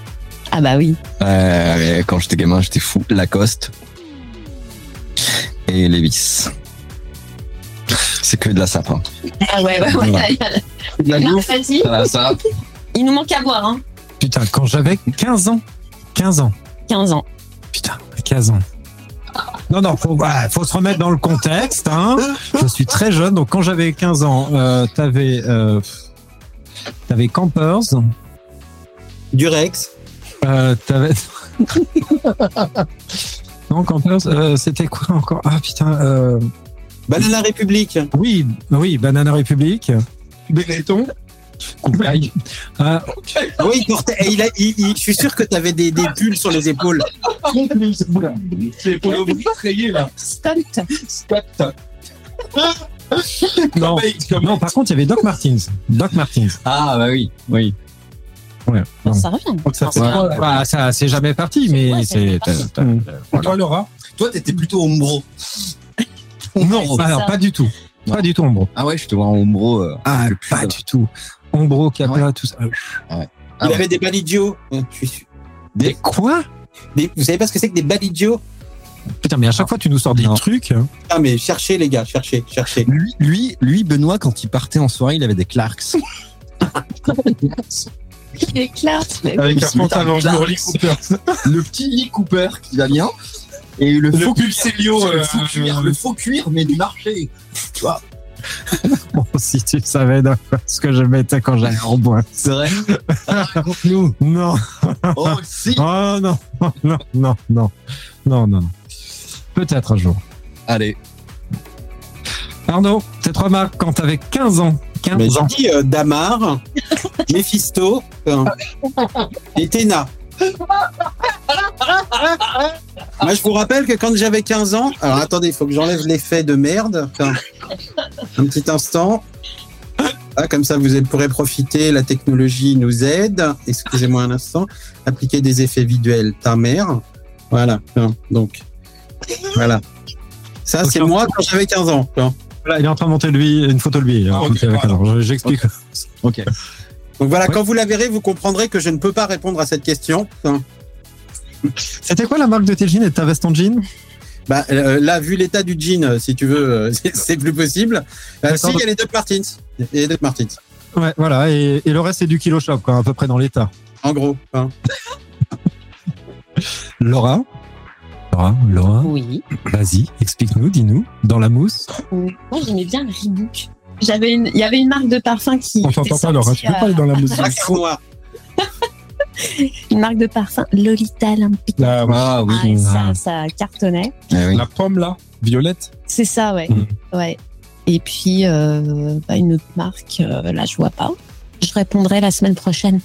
[SPEAKER 3] Ah bah oui.
[SPEAKER 5] Euh, mais quand j'étais gamin, j'étais fou. Lacoste. Et Levis. C'est que de la hein. sapin.
[SPEAKER 3] Ah ouais, ouais, ouais. Vas-y.
[SPEAKER 5] Ah, ça.
[SPEAKER 3] Il nous manque à boire, hein.
[SPEAKER 1] Putain, quand j'avais 15 ans. 15 ans.
[SPEAKER 3] 15 ans.
[SPEAKER 1] Putain, 15 ans. Non, non, faut, ouais, faut se remettre dans le contexte. hein. Je suis très jeune, donc quand j'avais 15 ans, euh, t'avais euh, t'avais Campers,
[SPEAKER 2] Durex.
[SPEAKER 1] euh, t'avais non Campers, euh, c'était quoi encore Ah putain, euh,
[SPEAKER 2] Banana République.
[SPEAKER 1] oui, oui, Banana République,
[SPEAKER 4] Benetton.
[SPEAKER 1] Coupaille. Ah,
[SPEAKER 2] Ah Oui, il portait- et il a- il- il- je suis sûr que tu avais des, des pulls sur les épaules.
[SPEAKER 4] C'est pour le frayer, là.
[SPEAKER 3] Stunt.
[SPEAKER 4] Squat.
[SPEAKER 1] non,
[SPEAKER 4] Cobaye, Cobaye.
[SPEAKER 1] non, par contre, il y avait Doc Martins. Doc Martins.
[SPEAKER 5] Ah, bah oui. Oui.
[SPEAKER 1] Ouais, non.
[SPEAKER 4] Mmh.
[SPEAKER 3] Ça revient.
[SPEAKER 1] Ça,
[SPEAKER 5] c'est-
[SPEAKER 1] bah, ça, c'est jamais parti,
[SPEAKER 3] Ouais,
[SPEAKER 1] mais
[SPEAKER 3] c'est jamais
[SPEAKER 1] c'est.
[SPEAKER 3] parti.
[SPEAKER 1] t'as- t'as-
[SPEAKER 4] Toi, Laura
[SPEAKER 5] Toi, t'étais plutôt Ombro.
[SPEAKER 1] Non,
[SPEAKER 3] c'est
[SPEAKER 1] alors,
[SPEAKER 3] ça.
[SPEAKER 1] pas du tout. Pas du tout, Ombro.
[SPEAKER 5] Ah ouais, je te vois en Ombro. euh,
[SPEAKER 1] Ah,
[SPEAKER 5] le plus
[SPEAKER 1] pas
[SPEAKER 5] là.
[SPEAKER 1] du tout. Ombro, Kappa,
[SPEAKER 5] Ah
[SPEAKER 1] tout ça.
[SPEAKER 5] Ah
[SPEAKER 2] il
[SPEAKER 5] ouais.
[SPEAKER 2] avait des balidios. Hein, je suis sûr.
[SPEAKER 1] Des quoi
[SPEAKER 2] Des- vous savez pas ce que c'est que des balidios
[SPEAKER 1] Putain, mais à chaque fois, tu nous sors des
[SPEAKER 5] Non.
[SPEAKER 1] trucs. hein.
[SPEAKER 2] Ah, mais cherchez, les gars, cherchez, cherchez.
[SPEAKER 5] Lui, lui, lui, Benoît, quand il partait en soirée, il avait des Clarks.
[SPEAKER 3] Il est clair. mais-
[SPEAKER 4] Avec
[SPEAKER 5] un
[SPEAKER 4] un pantalon
[SPEAKER 5] pantalon
[SPEAKER 4] jour
[SPEAKER 5] Dark.
[SPEAKER 4] Lee Cooper.
[SPEAKER 5] le petit Lee Cooper qui va bien. Et le,
[SPEAKER 4] Le
[SPEAKER 5] faux
[SPEAKER 4] Pulselio,
[SPEAKER 5] cuir,
[SPEAKER 4] euh,
[SPEAKER 5] le faux cuir, le faux cuir, mais du marché. Tu vois,
[SPEAKER 1] Bon, si tu savais dans quoi ce que je mettais quand j'allais en boîte.
[SPEAKER 5] c'est vrai.
[SPEAKER 4] Ah,
[SPEAKER 1] Nous Non.
[SPEAKER 5] Oh, si.
[SPEAKER 1] Oh non. Non, non, non. Non, non, non. Peut-être un jour.
[SPEAKER 5] Allez.
[SPEAKER 1] Arnaud, tes trois marques quand t'avais 15 ans. 15
[SPEAKER 2] Mais j'ai
[SPEAKER 1] ans.
[SPEAKER 2] dit euh, Damar, Mephisto hein, et Téna. Moi, je vous rappelle que quand j'avais 15 ans, alors attendez, il faut que j'enlève l'effet de merde. Enfin, un petit instant. Ah, comme ça, vous pourrez profiter. La technologie nous aide. Excusez-moi un instant. Appliquer des effets visuels, ta mère. Voilà. Hein, Donc, voilà. Ça, c'est moi quand j'avais 15 ans. Hein.
[SPEAKER 1] Voilà, il est en train de monter lui, une photo de lui.
[SPEAKER 4] Ah,
[SPEAKER 1] quand
[SPEAKER 4] ok,
[SPEAKER 1] il avait 15 ans. Je- J'explique.
[SPEAKER 5] Ok.
[SPEAKER 2] Donc voilà,
[SPEAKER 1] Ouais.
[SPEAKER 2] quand vous la verrez, vous comprendrez que je ne peux pas répondre à cette question. Hein.
[SPEAKER 1] C'était quoi la marque de tes jeans et de ta veste en jean
[SPEAKER 2] Bah, euh, là, vu l'état du jean, euh, si tu veux, euh, c'est- c'est plus possible. Euh,
[SPEAKER 1] D'accord,
[SPEAKER 2] si, il y a les Doc Martins. Il y a les Doc Martins,
[SPEAKER 1] Ouais, voilà. Et, et le reste, c'est du kilo shop, quoi, à peu près dans l'état.
[SPEAKER 2] en gros. hein.
[SPEAKER 1] Laura Laura, Laura,
[SPEAKER 3] Oui.
[SPEAKER 1] vas-y, explique-nous, dis-nous, dans la mousse.
[SPEAKER 3] Moi, j'aimais bien le Reebok. J'avais une, il y avait une marque de parfum qui.
[SPEAKER 4] On
[SPEAKER 3] était
[SPEAKER 4] t'entend pas, Laura.
[SPEAKER 3] sortie,
[SPEAKER 4] Tu peux
[SPEAKER 3] euh,
[SPEAKER 4] pas aller dans la musique.
[SPEAKER 2] Ah, c'est noir.
[SPEAKER 3] Une marque de parfum Lolita Olympique.
[SPEAKER 4] La,
[SPEAKER 5] Ah oui.
[SPEAKER 3] Ah, et ça, ça cartonnait.
[SPEAKER 5] Eh oui.
[SPEAKER 4] la pomme, là, violette.
[SPEAKER 3] C'est ça, ouais.
[SPEAKER 1] Mhm.
[SPEAKER 3] ouais. Et puis, euh, bah, une autre marque, euh, là, je vois pas. Je répondrai la semaine prochaine.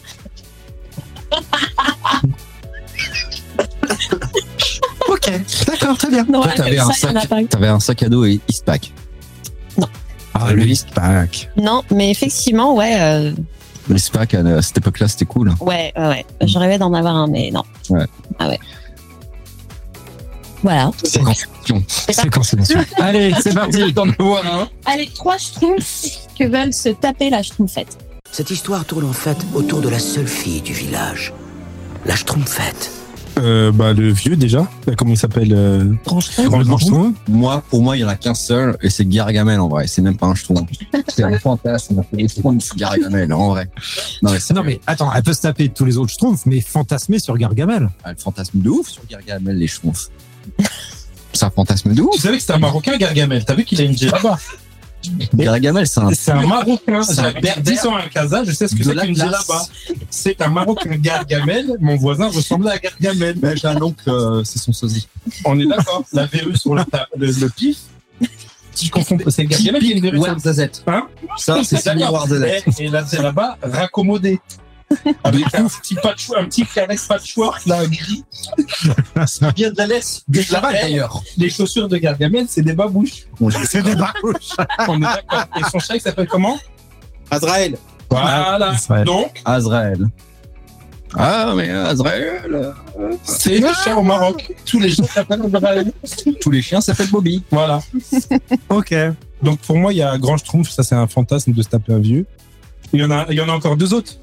[SPEAKER 1] Ok, d'accord, très bien.
[SPEAKER 3] Non,
[SPEAKER 5] Toi,
[SPEAKER 3] ouais,
[SPEAKER 5] t'avais
[SPEAKER 3] comme
[SPEAKER 5] un
[SPEAKER 3] ça, il y en a
[SPEAKER 5] sac.
[SPEAKER 3] pas.
[SPEAKER 5] T'avais un sac à dos et Eastpack.
[SPEAKER 1] Ah, le East Pack.
[SPEAKER 3] Non, mais effectivement, ouais, euh,
[SPEAKER 5] L'Eastpack, à, à cette époque-là, c'était cool.
[SPEAKER 3] ouais, ouais, ouais.
[SPEAKER 1] Mhm.
[SPEAKER 3] Je rêvais d'en avoir un, mais non.
[SPEAKER 5] Ouais.
[SPEAKER 3] Ah ouais. Voilà.
[SPEAKER 5] C'est
[SPEAKER 1] C'est quand c'est bon. Allez, c'est parti.
[SPEAKER 3] Allez, trois schtroumpfs que veulent se taper la schtroumpfette.
[SPEAKER 10] Cette histoire tourne en fait autour de la seule fille du village, la Schtroumpfette.
[SPEAKER 4] Euh, bah, le vieux, déjà. Euh, Comment il s'appelle euh, Grand Manchon.
[SPEAKER 5] Moi, pour moi, il y en a qu'un seul et c'est Gargamel en vrai. C'est même pas un trouve. C'est un fantasme. C'est Gargamel en vrai. Non, mais c'est
[SPEAKER 1] Non, mais attends, elle peut se taper de tous les autres schtroumpfs, mais fantasmer sur Gargamel.
[SPEAKER 5] un Ah, fantasme de ouf sur Gargamel, les schtroumpfs. C'est un fantasme de
[SPEAKER 4] Tu
[SPEAKER 5] ouf.
[SPEAKER 4] savais que c'était un Marocain, Gargamel. T'as vu qu'il a une djellaba
[SPEAKER 5] Gargamel, c'est un
[SPEAKER 4] C'est un Marocain.
[SPEAKER 5] C'est un
[SPEAKER 4] J'avais
[SPEAKER 5] berbère.
[SPEAKER 4] 10 ans à Casa, je sais ce que
[SPEAKER 5] De
[SPEAKER 4] c'est
[SPEAKER 5] la
[SPEAKER 4] qu'une
[SPEAKER 5] classe.
[SPEAKER 4] djellaba. C'est un Marocain Gargamel. Mon voisin ressemblait à Gargamel.
[SPEAKER 5] Ben, j'ai un oncle, euh, c'est son sosie.
[SPEAKER 4] On est d'accord. La verrue sur la table, le, le pif. Si je confonds, c'est Gargamel qui a une verrue sur
[SPEAKER 5] Warzazet.
[SPEAKER 4] Hein
[SPEAKER 5] Ça, c'est Samir
[SPEAKER 4] D'accord.
[SPEAKER 5] Warzazet.
[SPEAKER 4] Et, et là, c'est là-bas, raccommodé. Avec un petit, patchou- un petit caresse patchwork, là, gris. Ça vient de la laisse.
[SPEAKER 11] De Laval, d'ailleurs.
[SPEAKER 4] Les chaussures de Gargamel, c'est des babouches.
[SPEAKER 11] C'est des babouches.
[SPEAKER 4] On est d'accord. Et son chat, il s'appelle comment
[SPEAKER 2] Azrael.
[SPEAKER 4] Voilà. Donc,
[SPEAKER 5] Azrael. Ah, mais Azrael. euh,
[SPEAKER 4] c'est le chat au Maroc. Tous les gens s'appellent Azrael.
[SPEAKER 5] Tous les chiens s'appellent Bobby.
[SPEAKER 4] Voilà.
[SPEAKER 11] Ok.
[SPEAKER 4] Donc, pour moi, il y a Grand Schtroumpf. Ça, c'est un fantasme de se taper un vieux. Il y en a, il y en a encore deux autres.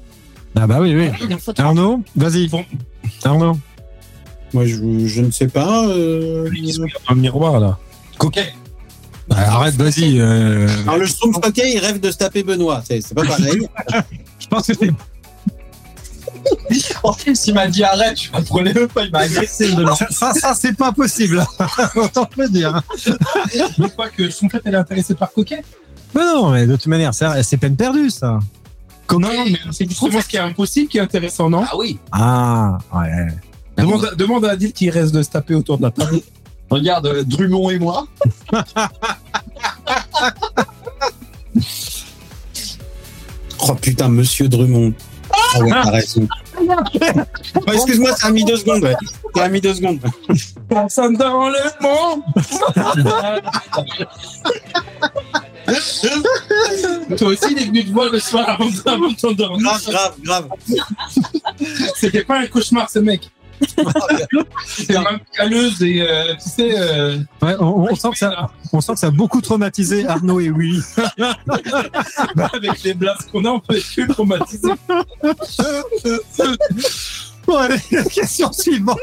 [SPEAKER 1] Ah bah oui, oui.
[SPEAKER 3] Il en faut trois.
[SPEAKER 1] Arnaud, vas-y.
[SPEAKER 4] Bon.
[SPEAKER 1] Arnaud.
[SPEAKER 2] Moi, je, je ne sais pas. euh,
[SPEAKER 4] Lui qui se regarde dans le miroir, là.
[SPEAKER 11] Coquet.
[SPEAKER 1] Bah, arrête, vas-y. euh,
[SPEAKER 2] Alors, le Schtroumpf coquet, il rêve de se taper Benoît. C'est c'est pas pareil.
[SPEAKER 1] Je pense que c'est
[SPEAKER 11] En plus, il m'a dit arrête, je comprenais même pas, il m'a agressé.
[SPEAKER 1] ça, ça, ça, c'est pas possible. Autant te le dire.
[SPEAKER 4] Je ne pas que son fait, elle est intéressée par Coquet.
[SPEAKER 1] Mais non, mais de toute manière, c'est c'est peine perdue, ça.
[SPEAKER 4] Non, non, mais c'est justement ce qui est impossible qui est intéressant, non
[SPEAKER 11] Ah oui,
[SPEAKER 1] Ah, ouais.
[SPEAKER 4] demande, à- demande à Adil qui reste de se taper autour de la table.
[SPEAKER 11] regarde, euh, Drummond et moi.
[SPEAKER 2] Oh putain, monsieur Drummond. Ah ouais, t'as raison. Ouais, Excuse-moi, ça a mis deux secondes. Ouais. Ça a mis deux secondes.
[SPEAKER 4] Personne dans le monde Toi aussi, il est venu te voir le soir avant de- avant de t'endormir.
[SPEAKER 2] Grave, grave, grave.
[SPEAKER 4] C'était pas un cauchemar, ce mec. C'est même caleuse et euh, tu sais. euh,
[SPEAKER 1] Ouais, on, on sent que ça, on sent que ça a beaucoup traumatisé Arnaud et Willy.
[SPEAKER 4] avec les blagues qu'on a, on peut être plus traumatisé.
[SPEAKER 1] Bon, allez, question suivante.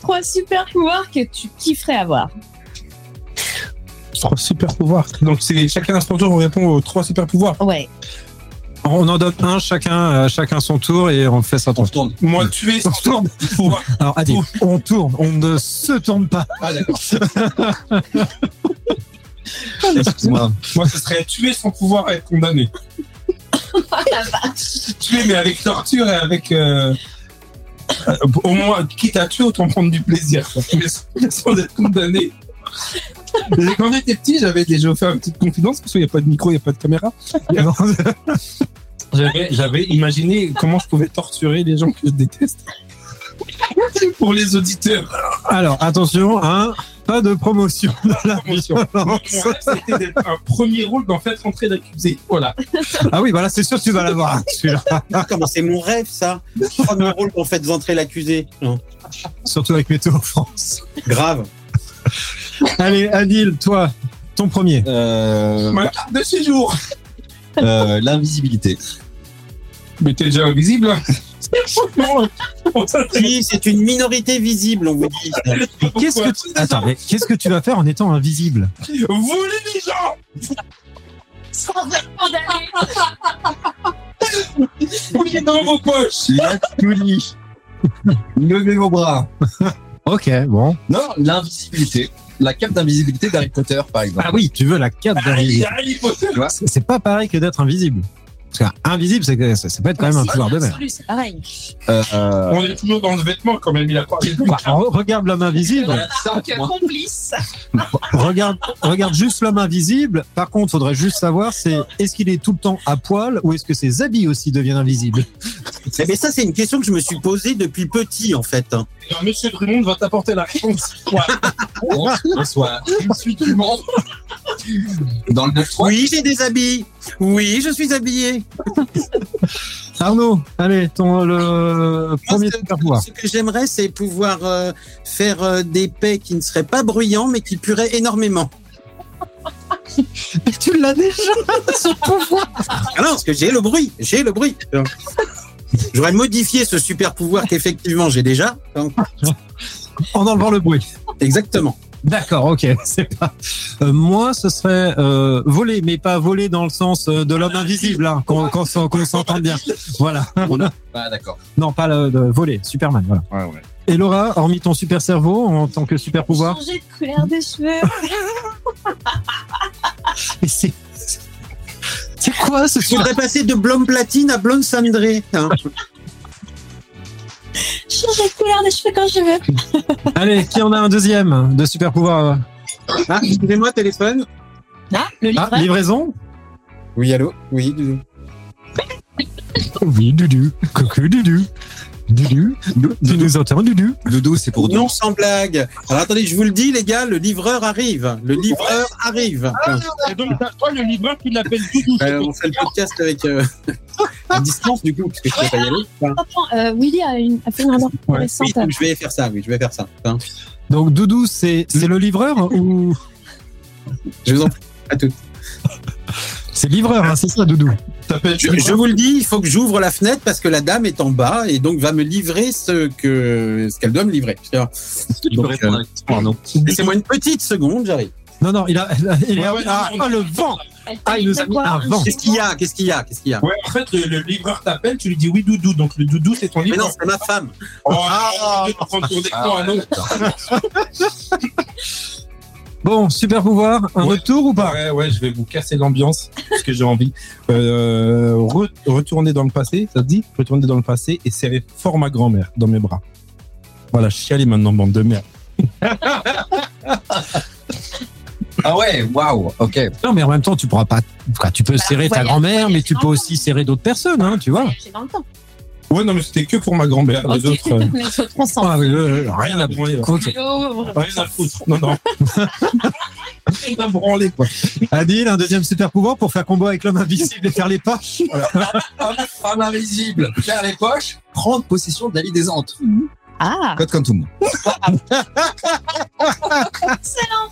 [SPEAKER 3] Trois super pouvoirs que tu kifferais avoir.
[SPEAKER 4] Trois super pouvoirs. Donc, c'est chacun à son tour, on répond aux trois super pouvoirs.
[SPEAKER 3] Ouais.
[SPEAKER 1] On en donne un, chacun, euh, chacun son tour et on fait ça.
[SPEAKER 2] On retourne.
[SPEAKER 11] Hmm.
[SPEAKER 4] Moi, tuer sans tour de pouvoir.
[SPEAKER 1] Alors, Adil, on tourne, on ne se tourne pas.
[SPEAKER 11] Ah d'accord.
[SPEAKER 5] Excuse-moi.
[SPEAKER 4] Moi, ce serait tuer sans pouvoir être condamné. tuer, mais avec torture et avec. euh, euh, au moins, quitte à tuer, autant prendre du plaisir. quoi. Mais sans- mais sans être condamné. Et Quand j'étais petit, j'avais déjà offert une petite confidence, parce qu'il n'y a pas de micro, il n'y a pas de caméra. J'avais, j'avais imaginé comment je pouvais torturer les gens que je déteste. Pour les auditeurs.
[SPEAKER 1] Alors, attention, hein, pas de promotion dans la
[SPEAKER 4] Promotion. Mon rêve, C'était d'être un premier rôle d'en fait rentrer d'accusé. Voilà.
[SPEAKER 1] Ah oui, voilà, c'est sûr que tu vas l'avoir, hein, celui-là.
[SPEAKER 2] Ah, comment c'est mon rêve, ça Premier rôle pour faire entrer l'accusé. Non.
[SPEAKER 1] Surtout avec Météo France.
[SPEAKER 2] Grave.
[SPEAKER 1] Allez, Adil, toi, ton premier.
[SPEAKER 5] Euh,
[SPEAKER 4] Ma carte de séjour.
[SPEAKER 5] euh, L'invisibilité.
[SPEAKER 4] Mais t'es déjà invisible. hein. Franchement, on t'a dit
[SPEAKER 2] Oui, c'est une minorité visible, on vous dit.
[SPEAKER 1] Qu'est-ce que tu... Attends, mais qu'est-ce que tu vas faire en étant invisible
[SPEAKER 4] Vous les gens Vous êtes dans vos poches
[SPEAKER 5] La folie. Levez vos bras.
[SPEAKER 1] Ok, bon.
[SPEAKER 5] Non, l'invisibilité. La cape d'invisibilité d'Harry Potter, par exemple.
[SPEAKER 1] Ah oui, tu veux la cape
[SPEAKER 4] Il y
[SPEAKER 1] d'invisible.
[SPEAKER 4] a Harry Potter
[SPEAKER 1] C'est c'est pas pareil que d'être invisible. Parce qu'invisible, c'est que ça, ça peut être quand même un pouvoir de mer.
[SPEAKER 3] Absolu, C'est pareil.
[SPEAKER 5] Euh, euh,
[SPEAKER 4] On est toujours dans le vêtement quand même, il a pas
[SPEAKER 1] Bah, re- regarde l'homme invisible.
[SPEAKER 5] ça, moi.
[SPEAKER 3] complice.
[SPEAKER 1] Regarde, regarde juste l'homme invisible. Par contre, faudrait juste savoir, c'est est-ce qu'il est tout le temps à poil ou est-ce que ses habits aussi deviennent invisibles
[SPEAKER 2] Eh bien, ça, c'est une question que je me suis posée depuis petit, en fait. hein.
[SPEAKER 4] Alors, Monsieur Drummond va t'apporter la réponse. Ouais.
[SPEAKER 5] Bonsoir.
[SPEAKER 4] Je suis Drummond.
[SPEAKER 5] Dans le 9-3,
[SPEAKER 2] Oui, j'ai des habits. Oui, je suis habillé.
[SPEAKER 1] Arnaud, allez, ton le premier
[SPEAKER 2] c'est-
[SPEAKER 1] super pouvoir.
[SPEAKER 2] Ce que j'aimerais, c'est pouvoir euh, faire euh, des paix qui ne seraient pas bruyants, mais qui pueraient énormément.
[SPEAKER 1] Tu l'as déjà
[SPEAKER 2] Ah non, parce que j'ai le bruit, j'ai le bruit. J'aurais modifié ce super pouvoir qu'effectivement j'ai déjà. Donc,
[SPEAKER 1] en enlevant le bruit.
[SPEAKER 2] exactement.
[SPEAKER 1] D'accord, ok, c'est pas. Euh, moi, ce serait euh, voler, mais pas voler dans le sens euh, de l'homme invisible, hein, qu'on qu'on s'en- qu'on s'entende bien. Voilà.
[SPEAKER 5] ah, d'accord.
[SPEAKER 1] Non, pas le, le voler, Superman, voilà.
[SPEAKER 5] Ouais, ouais.
[SPEAKER 1] Et Laura, hormis ton super cerveau en tant que super pouvoir,
[SPEAKER 3] Changer de couleur de cheveux.
[SPEAKER 1] mais c'est. C'est quoi ce
[SPEAKER 2] Je
[SPEAKER 1] super.
[SPEAKER 2] voudrais passer de blonde platine à blonde cendrée. hein.
[SPEAKER 3] Changer de couleur de cheveux quand je veux.
[SPEAKER 1] Allez, qui en a un deuxième de super pouvoir euh
[SPEAKER 2] Ah, excusez-moi, téléphone.
[SPEAKER 3] Ah, le livre.
[SPEAKER 1] Ah, livraison
[SPEAKER 2] Oui, allô Oui.
[SPEAKER 1] Oui, Doudou. Coucou, Doudou. Doudou. Tu nous entends, Doudou
[SPEAKER 5] Doudou, c'est pour
[SPEAKER 2] Non, sans blague. Alors attendez, je vous le dis, les gars, le livreur arrive. Le livreur arrive.
[SPEAKER 4] Et donc, t'as- toi, le livreur, tu l'appelles Doudou.
[SPEAKER 2] Euh, on fait le podcast avec euh, à distance du coup, parce que je peux pas y aller. Enfin,
[SPEAKER 3] Attends, euh, Willy a, une, a fait une remarque
[SPEAKER 2] ouais.
[SPEAKER 3] intéressante.
[SPEAKER 2] Oui, je vais faire ça. Oui, je vais faire ça. Hein.
[SPEAKER 1] Donc, Doudou, c'est c'est le livreur ou
[SPEAKER 2] Je vous en prie. À toutes.
[SPEAKER 1] C'est livreur, hein, c'est ça, Doudou
[SPEAKER 4] T'appelles
[SPEAKER 2] Je, je vous le dis, il faut que j'ouvre la fenêtre parce que la dame est en bas et donc va me livrer ce que ce qu'elle doit me livrer. C'est-à-dire, donc, euh, Laissez-moi une petite seconde, j'arrive.
[SPEAKER 1] Non, non, il a. il a- il a-
[SPEAKER 4] Ouais, ouais,
[SPEAKER 1] ah,
[SPEAKER 4] non,
[SPEAKER 1] ah, le vent Ah, il nous a mis un vent
[SPEAKER 2] Qu'est-ce qu'il y a Qu'est-ce qu'il y a Qu'est-ce qu'il y a
[SPEAKER 4] Ouais, en fait, le, le livreur t'appelle, tu lui dis oui, Doudou. Donc, le Doudou, c'est ton
[SPEAKER 2] Mais
[SPEAKER 4] livreur.
[SPEAKER 2] non, c'est ma femme.
[SPEAKER 4] Oh, ah, prendre ton décor, ah, non.
[SPEAKER 1] Bon, super pouvoir, un
[SPEAKER 4] Ouais.
[SPEAKER 1] retour ou pas
[SPEAKER 4] Ouais, ouais, je vais vous casser l'ambiance, parce que j'ai envie. Euh, re- retourner dans le passé, ça te dit Retourner dans le passé et serrer fort ma grand-mère dans mes bras. Voilà, chialer maintenant, bande de merde.
[SPEAKER 5] Ah ouais, waouh, ok.
[SPEAKER 1] Non, mais en même temps, tu pourras pas. enfin, tu peux serrer ta
[SPEAKER 3] voyage-
[SPEAKER 1] grand-mère, mais tu peux
[SPEAKER 3] voyage
[SPEAKER 1] aussi serrer d'autres personnes, hein, tu vois.
[SPEAKER 3] J'ai dans le temps.
[SPEAKER 4] Ouais, non, mais c'était que pour ma grand-mère. Les
[SPEAKER 3] Ok.
[SPEAKER 4] autres, euh,
[SPEAKER 3] Les autres, on s'en
[SPEAKER 1] Ah, oui, euh, rien à
[SPEAKER 4] branler, là.
[SPEAKER 1] Ok.
[SPEAKER 3] fout.
[SPEAKER 4] rien à foutre. Non, non. Rien à branler, quoi.
[SPEAKER 1] Adil, un deuxième super pouvoir pour faire combo avec l'homme invisible et faire les pas.
[SPEAKER 5] Femme invisible, faire les poches, prendre possession de la vie des antes.
[SPEAKER 3] Ah,
[SPEAKER 5] Code comme tout le monde.
[SPEAKER 3] excellent.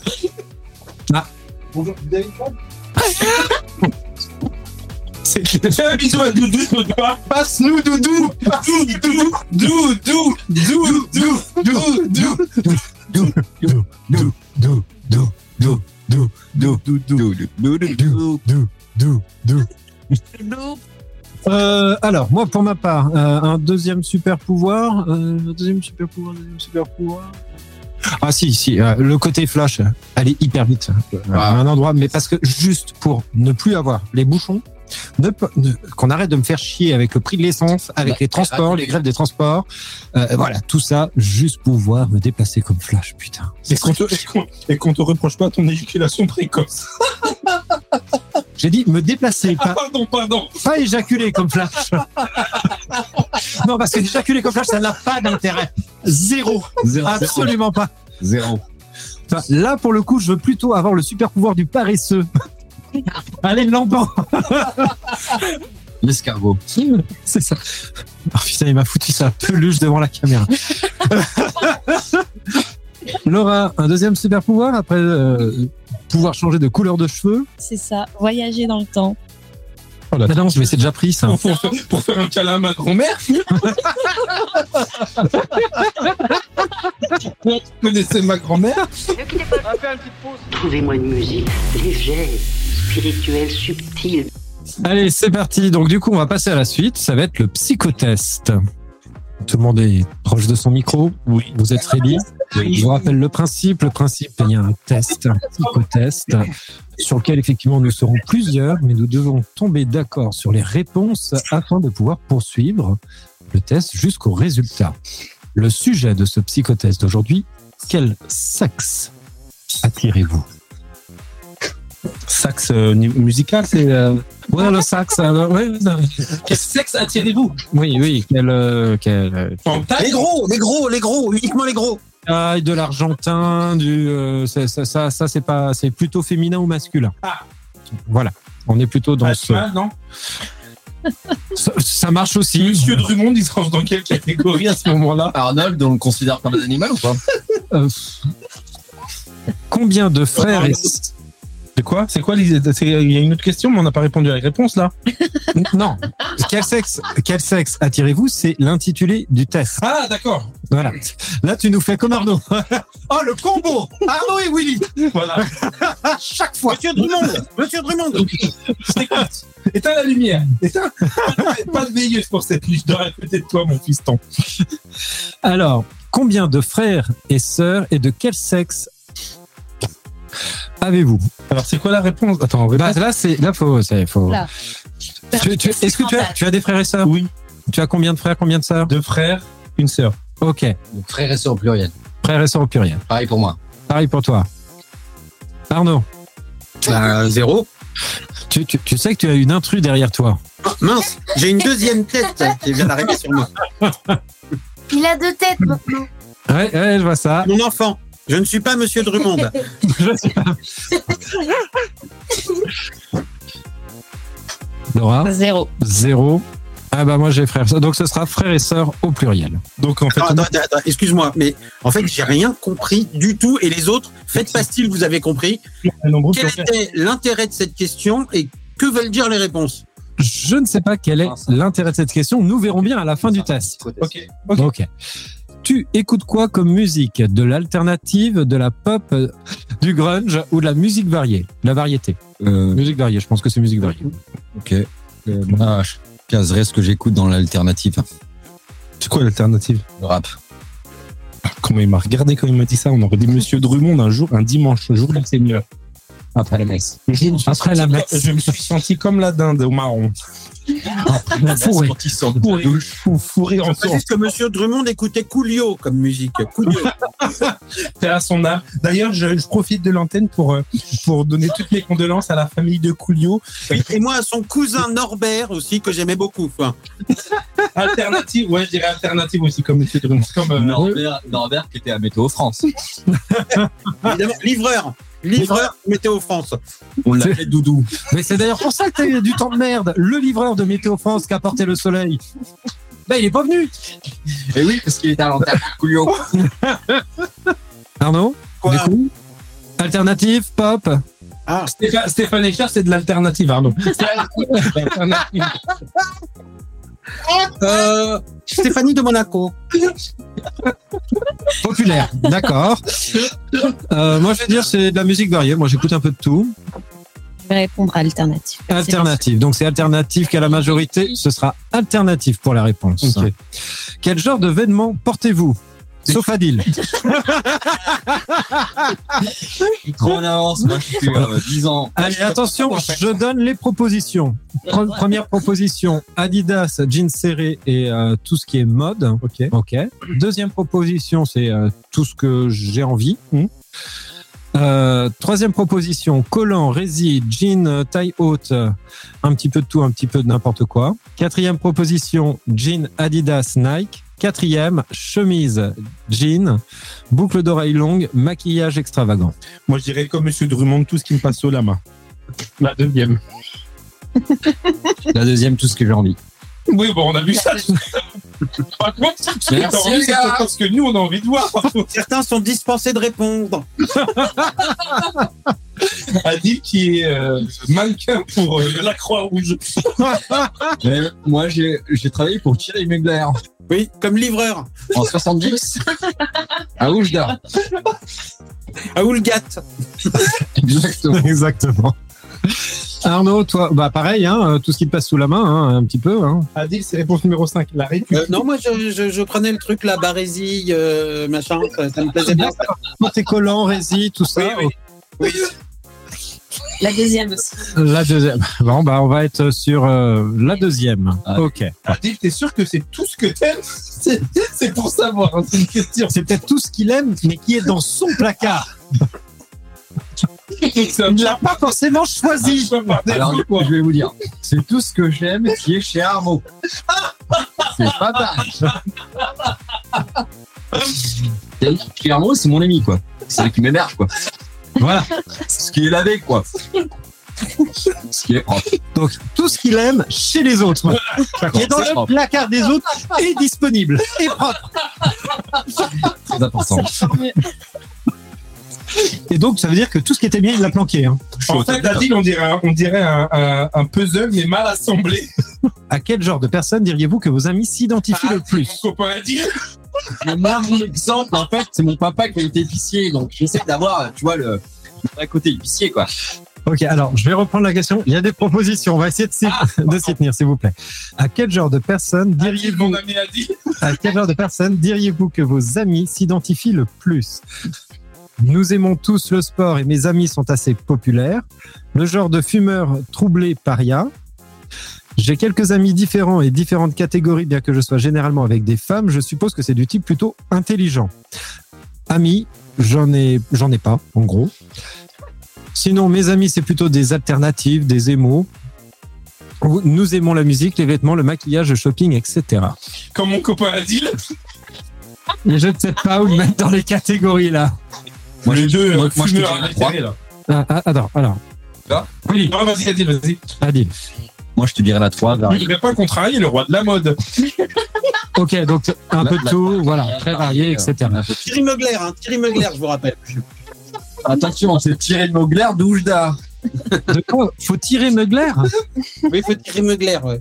[SPEAKER 11] Bonjour, vous avez une femme
[SPEAKER 4] Fais un bisou à Doudou, Doudou. Passe-nous, Doudou. Doudou, Doudou, Doudou, Doudou, Doudou, Doudou.
[SPEAKER 1] Dou, dou, dou, dou, dou, dou, dou, dou, dou, dou, dou, dou, dou. Euh, alors, moi, pour ma part, euh, un deuxième super pouvoir. euh, un deuxième super pouvoir, deuxième super pouvoir. Ah si, si, euh, le côté flash, allez hyper vite. À un endroit, mais parce que juste pour ne plus avoir les bouchons, ne pas- ne- qu'on arrête de me faire chier avec le prix de l'essence, avec
[SPEAKER 5] Bah,
[SPEAKER 1] les transports,
[SPEAKER 5] arrête.
[SPEAKER 1] les grèves des transports. euh, voilà, tout ça, juste pouvoir me déplacer comme flash, putain.
[SPEAKER 4] Et qu'on te, et qu'on- et qu'on te reproche pas ton éjaculation précoce.
[SPEAKER 1] J'ai dit me déplacer,
[SPEAKER 4] Ah,
[SPEAKER 1] pas,
[SPEAKER 4] pardon, pardon.
[SPEAKER 1] pas éjaculer comme Flash. non, parce que éjaculer comme Flash, ça n'a pas d'intérêt. Zéro.
[SPEAKER 5] Zéro.
[SPEAKER 1] Absolument pas.
[SPEAKER 5] Zéro.
[SPEAKER 1] Enfin, là, pour le coup, je veux plutôt avoir le super pouvoir du paresseux. Allez, l'enfant
[SPEAKER 5] L'escargot.
[SPEAKER 1] C'est ça. Oh putain, il m'a foutu sa peluche devant la caméra. Laura, un deuxième super pouvoir après euh, pouvoir changer de couleur de cheveux.
[SPEAKER 3] C'est ça, voyager dans le temps.
[SPEAKER 1] Ah non, mais c'est déjà pris ça.
[SPEAKER 4] Pour, faire- pour faire un câlin à ma grand-mère. Vous connaissez ma grand-mère
[SPEAKER 6] Trouvez-moi une musique légère, spirituelle, subtile.
[SPEAKER 1] Allez, c'est parti. Donc du coup, on va passer à la suite. Ça va être le psychotest. Tout le monde est proche de son micro. Oui. Vous êtes ready. Je vous rappelle le principe. Le principe, il y a un test, un psychotest, sur lequel effectivement nous serons plusieurs, mais nous devons tomber d'accord sur les réponses afin de pouvoir poursuivre le test jusqu'au résultat. Le sujet de ce psychotest d'aujourd'hui, quel sexe attirez-vous
[SPEAKER 4] Sax euh, musical, c'est. euh,
[SPEAKER 1] Voilà le sax. euh, ouais, ouais.
[SPEAKER 4] Quel sexe attirez-vous
[SPEAKER 1] Oui, oui. Quel, euh, quel, euh,
[SPEAKER 2] Les gros, les gros, les gros, uniquement les gros.
[SPEAKER 1] Ah, de l'argentin, du euh, ça, ça, ça, ça, c'est pas, c'est plutôt féminin ou masculin.
[SPEAKER 4] Ah.
[SPEAKER 1] Voilà, on est plutôt dans
[SPEAKER 4] Ah,
[SPEAKER 1] ce.
[SPEAKER 4] non
[SPEAKER 1] Ça, ça marche aussi.
[SPEAKER 4] Monsieur Drummond, il se range dans quelle catégorie à ce moment-là
[SPEAKER 5] Arnold, on le considère comme un animal ou pas
[SPEAKER 1] Euh, combien de frères et
[SPEAKER 4] C'est quoi C'est quoi les- c'est- Il y a une autre question, mais on n'a pas répondu à la réponse là.
[SPEAKER 1] non quel sexe quel sexe attirez-vous C'est l'intitulé du test.
[SPEAKER 4] Ah, d'accord.
[SPEAKER 1] Voilà. Là, tu nous fais comme Arnaud. oh le combo Arnaud et Willy
[SPEAKER 4] Voilà.
[SPEAKER 1] à chaque fois.
[SPEAKER 2] Monsieur Drummond, Monsieur Drummond.
[SPEAKER 4] Éteins la lumière. Éteins. pas de veilleuse pour cette nuit. Je dors à côté de toi, mon fiston.
[SPEAKER 1] Alors, combien de frères et sœurs et de quel sexe avez-vous
[SPEAKER 4] Alors, c'est quoi la réponse Attends,
[SPEAKER 1] Bah, là, c'est là, faut, c'est- faut.
[SPEAKER 3] Là.
[SPEAKER 1] Tu- tu- Est-ce que tu as, tu as des frères et sœurs
[SPEAKER 4] Oui.
[SPEAKER 1] Tu as combien de frères, combien de sœurs
[SPEAKER 4] Deux frères, une sœur.
[SPEAKER 1] Ok,
[SPEAKER 5] Donc, frère et sœur au pluriel.
[SPEAKER 1] frères et sœurs au pluriel.
[SPEAKER 5] Pareil pour moi.
[SPEAKER 1] Pareil pour toi. Arnaud,
[SPEAKER 2] Bah, zéro.
[SPEAKER 5] Bah,
[SPEAKER 1] tu, tu- tu sais que tu as une intrus derrière toi.
[SPEAKER 2] Ah, mince, j'ai une deuxième tête qui vient d'arriver sur moi.
[SPEAKER 12] Il a deux têtes maintenant.
[SPEAKER 1] Ouais, ouais, je vois ça.
[SPEAKER 2] Mon enfant, je ne suis pas Monsieur Drummond.
[SPEAKER 1] Je suis pas. Nora
[SPEAKER 3] Zéro.
[SPEAKER 1] Zéro. Ah bah moi j'ai frère. Donc ce sera frère et sœur au pluriel.
[SPEAKER 4] Donc en fait,
[SPEAKER 2] Attends, attends, attends, excuse-moi, mais en fait, j'ai rien compris du tout. Et les autres, faites pas style, vous avez compris.
[SPEAKER 4] nombreux
[SPEAKER 2] Quel
[SPEAKER 4] pluriels.
[SPEAKER 2] était l'intérêt de cette question et que veulent dire les réponses
[SPEAKER 1] Je ne sais pas quel est l'intérêt de cette question. Nous verrons bien à la fin du test.
[SPEAKER 4] Ok.
[SPEAKER 1] Ok. Tu écoutes quoi comme musique De l'alternative, de la pop, euh, du grunge ou de la musique variée La variété. Musique variée, je pense que c'est musique variée.
[SPEAKER 5] Ok. Euh, moi, je caserais ce que j'écoute dans l'alternative.
[SPEAKER 4] C'est quoi l'alternative
[SPEAKER 5] Le rap.
[SPEAKER 4] Comment il m'a regardé quand il m'a dit ça On aurait dit Monsieur Drummond un jour, un dimanche, un jour du Seigneur. Ah, Après la messe. Je me suis
[SPEAKER 1] Après la
[SPEAKER 4] senti
[SPEAKER 1] messe.
[SPEAKER 4] comme- Ah, Je me suis senti comme la dinde au marron.
[SPEAKER 1] La fourrée.
[SPEAKER 4] Fourré, fou- fourré en
[SPEAKER 2] Je sais
[SPEAKER 4] sauce.
[SPEAKER 2] juste que Monsieur Drummond écoutait Coolio comme musique. Coolio.
[SPEAKER 4] Paix à son âme. D'ailleurs, je, je profite de l'antenne pour, euh, pour donner toutes mes condoléances à la famille de Coulio.
[SPEAKER 2] Et moi, à son cousin Norbert aussi, que j'aimais beaucoup. Enfin,
[SPEAKER 4] Alternative, ouais, je dirais alternative aussi, comme Monsieur Drummond. Comme, euh,
[SPEAKER 5] Norbert, Norbert qui était à Météo France.
[SPEAKER 2] évidemment, livreur. Ah. Livreur Météo France.
[SPEAKER 5] On
[SPEAKER 1] C'est-
[SPEAKER 5] l'appelait Doudou.
[SPEAKER 1] Mais c'est d'ailleurs pour ça que t'as eu du temps de merde. Le livreur de Météo France qui a porté le soleil. Bah, il est pas venu.
[SPEAKER 5] Et oui, parce qu'il était à l'antenne Coulio.
[SPEAKER 1] Arnaud
[SPEAKER 2] Quoi
[SPEAKER 1] Du coup Alternative, pop.
[SPEAKER 2] Ah,
[SPEAKER 4] Stéphane, Stéphane Echer, c'est de l'alternative, hein, Arnaud. C'est l'alternative.
[SPEAKER 2] euh, Stéphanie de Monaco.
[SPEAKER 1] Populaire, d'accord. Euh, moi, je vais dire, c'est de la musique variée. Moi, j'écoute un peu de tout.
[SPEAKER 3] Je vais répondre à alternative.
[SPEAKER 1] Alternative. Donc, c'est alternative qu'à la majorité. Ce sera alternative pour la réponse.
[SPEAKER 5] Ok.
[SPEAKER 1] Quel genre de vêtements portez-vous Sauf Adil.
[SPEAKER 5] Grand en avance, moi je suis euh, 10 ans.
[SPEAKER 1] Allez, attention, je donne les propositions. Pre- première proposition, Adidas, jeans serrés et euh, tout ce qui est mode.
[SPEAKER 4] Ok.
[SPEAKER 1] Ok. Deuxième proposition, c'est euh, tout ce que j'ai envie.
[SPEAKER 4] Mhm.
[SPEAKER 1] Euh, troisième proposition, collant, résille, jean, euh, taille haute, euh, un petit peu de tout, un petit peu de n'importe quoi. Quatrième proposition, jean, Adidas, Nike. Quatrième, chemise, jean, boucle d'oreille longue, maquillage extravagant.
[SPEAKER 4] Moi, je dirais comme Monsieur Drummond, tout ce qui me passe sous la main. La deuxième.
[SPEAKER 5] La deuxième, tout ce que j'ai envie.
[SPEAKER 4] Oui, bon, on a vu ça. Par contre, c'est
[SPEAKER 5] Merci,
[SPEAKER 4] encore mieux, c'est
[SPEAKER 5] gars.
[SPEAKER 4] encore ce que nous, on a envie de voir. par contre.
[SPEAKER 2] Certains sont dispensés de répondre.
[SPEAKER 4] Adil qui est euh, mannequin pour euh, la Croix-Rouge.
[SPEAKER 5] Mais moi j'ai j'ai travaillé pour Thierry Mugler
[SPEAKER 2] Oui, comme livreur.
[SPEAKER 5] en 70 à Oujda.
[SPEAKER 2] À Oulgat.
[SPEAKER 5] Exactement.
[SPEAKER 1] Exactement. Arnaud, toi, bah pareil, hein, euh, tout ce qui te passe sous la main, hein, un petit peu. Hein.
[SPEAKER 4] Adil, c'est réponse numéro 5. La réponse.
[SPEAKER 2] Euh, non, moi, je, je- je prenais le truc, la barésille, euh, machin. Ça, ça me plaisait bien.
[SPEAKER 1] Toi, Tes collants, rési, tout ça.
[SPEAKER 2] Oui,
[SPEAKER 3] La deuxième aussi.
[SPEAKER 1] La deuxième. Bon, bah on va être sur euh, la deuxième.
[SPEAKER 5] Ah.
[SPEAKER 1] Ok.
[SPEAKER 4] Adil, t'es sûr que c'est tout ce que t'aimes C'est c'est pour savoir, hein, c'est une question.
[SPEAKER 1] C'est peut-être tout ce qu'il aime, mais qui est dans son placard. Il ne l'a pas forcément choisi.
[SPEAKER 5] Alors je vais vous dire, c'est tout ce que j'aime qui est chez Armo. C'est pas mal. C'est-à-dire que Chez Armo, c'est mon ami quoi. C'est lui qui m'héberge quoi. Voilà. Ce qui est lavé quoi. Ce qui est propre.
[SPEAKER 1] Donc tout ce qu'il aime chez les autres, qui est dans
[SPEAKER 5] C'est
[SPEAKER 1] le
[SPEAKER 5] propre,
[SPEAKER 1] placard des autres, est disponible et propre.
[SPEAKER 5] très important.
[SPEAKER 1] Et donc ça veut dire que tout ce qui était bien, il l'a planqué. Hein.
[SPEAKER 4] En fait, Adil, on dirait, un, on dirait un, un- un puzzle, mais mal assemblé.
[SPEAKER 1] À quel genre de personne diriez-vous que vos amis s'identifient le plus
[SPEAKER 4] Mon copain Adil.
[SPEAKER 5] Le marrant exemple, en fait, c'est mon papa qui a été épicier, donc j'essaie d'avoir, tu vois, le, le vrai côté épicier, quoi.
[SPEAKER 1] Ok, alors je vais reprendre la question. Il y a des propositions. On va essayer de s'y,
[SPEAKER 5] Ah,
[SPEAKER 1] de s'y tenir, s'il vous plaît. À quel genre de personne
[SPEAKER 4] Adil,
[SPEAKER 1] diriez-vous
[SPEAKER 4] mon ami Adil.
[SPEAKER 1] à quel genre de personne diriez-vous que vos amis s'identifient le plus Nous aimons tous le sport et mes amis sont assez populaires. Le genre de fumeur troublé paria. J'ai quelques amis différents et différentes catégories, bien que je sois généralement avec des femmes. Je suppose que c'est du type plutôt intelligent. Amis, j'en ai, j'en ai pas, en gros. Sinon, mes amis, c'est plutôt des alternatives, des émaux. Nous aimons la musique, les vêtements, le maquillage, le shopping, etc.
[SPEAKER 4] Comme mon copain a dit. là.
[SPEAKER 1] Et je ne sais pas où le mettre dans les catégories là.
[SPEAKER 4] Moi, les deux,
[SPEAKER 1] moi,
[SPEAKER 4] moi,
[SPEAKER 1] moi, je
[SPEAKER 4] fumeurs
[SPEAKER 1] te dis
[SPEAKER 4] à
[SPEAKER 1] trois.
[SPEAKER 4] l'éternel, là.
[SPEAKER 1] Ah, ah, alors, alors.
[SPEAKER 4] Là oui. Ah, vas-y, Adil, vas-y.
[SPEAKER 1] Adil.
[SPEAKER 5] Moi, je te dirais la 3.
[SPEAKER 4] Il ne pas contrarier le roi de la mode.
[SPEAKER 1] Ok, donc un peu de tout, voilà, très
[SPEAKER 2] Euh,
[SPEAKER 1] varié, etc.
[SPEAKER 2] Thierry Mugler, hein, Thierry Mugler, je vous rappelle.
[SPEAKER 5] Attention, c'est tiré de Mogler d'Oujda.
[SPEAKER 1] De quoi Faut tirer Mugler
[SPEAKER 2] Oui, faut Thierry euh, Mugler, ouais.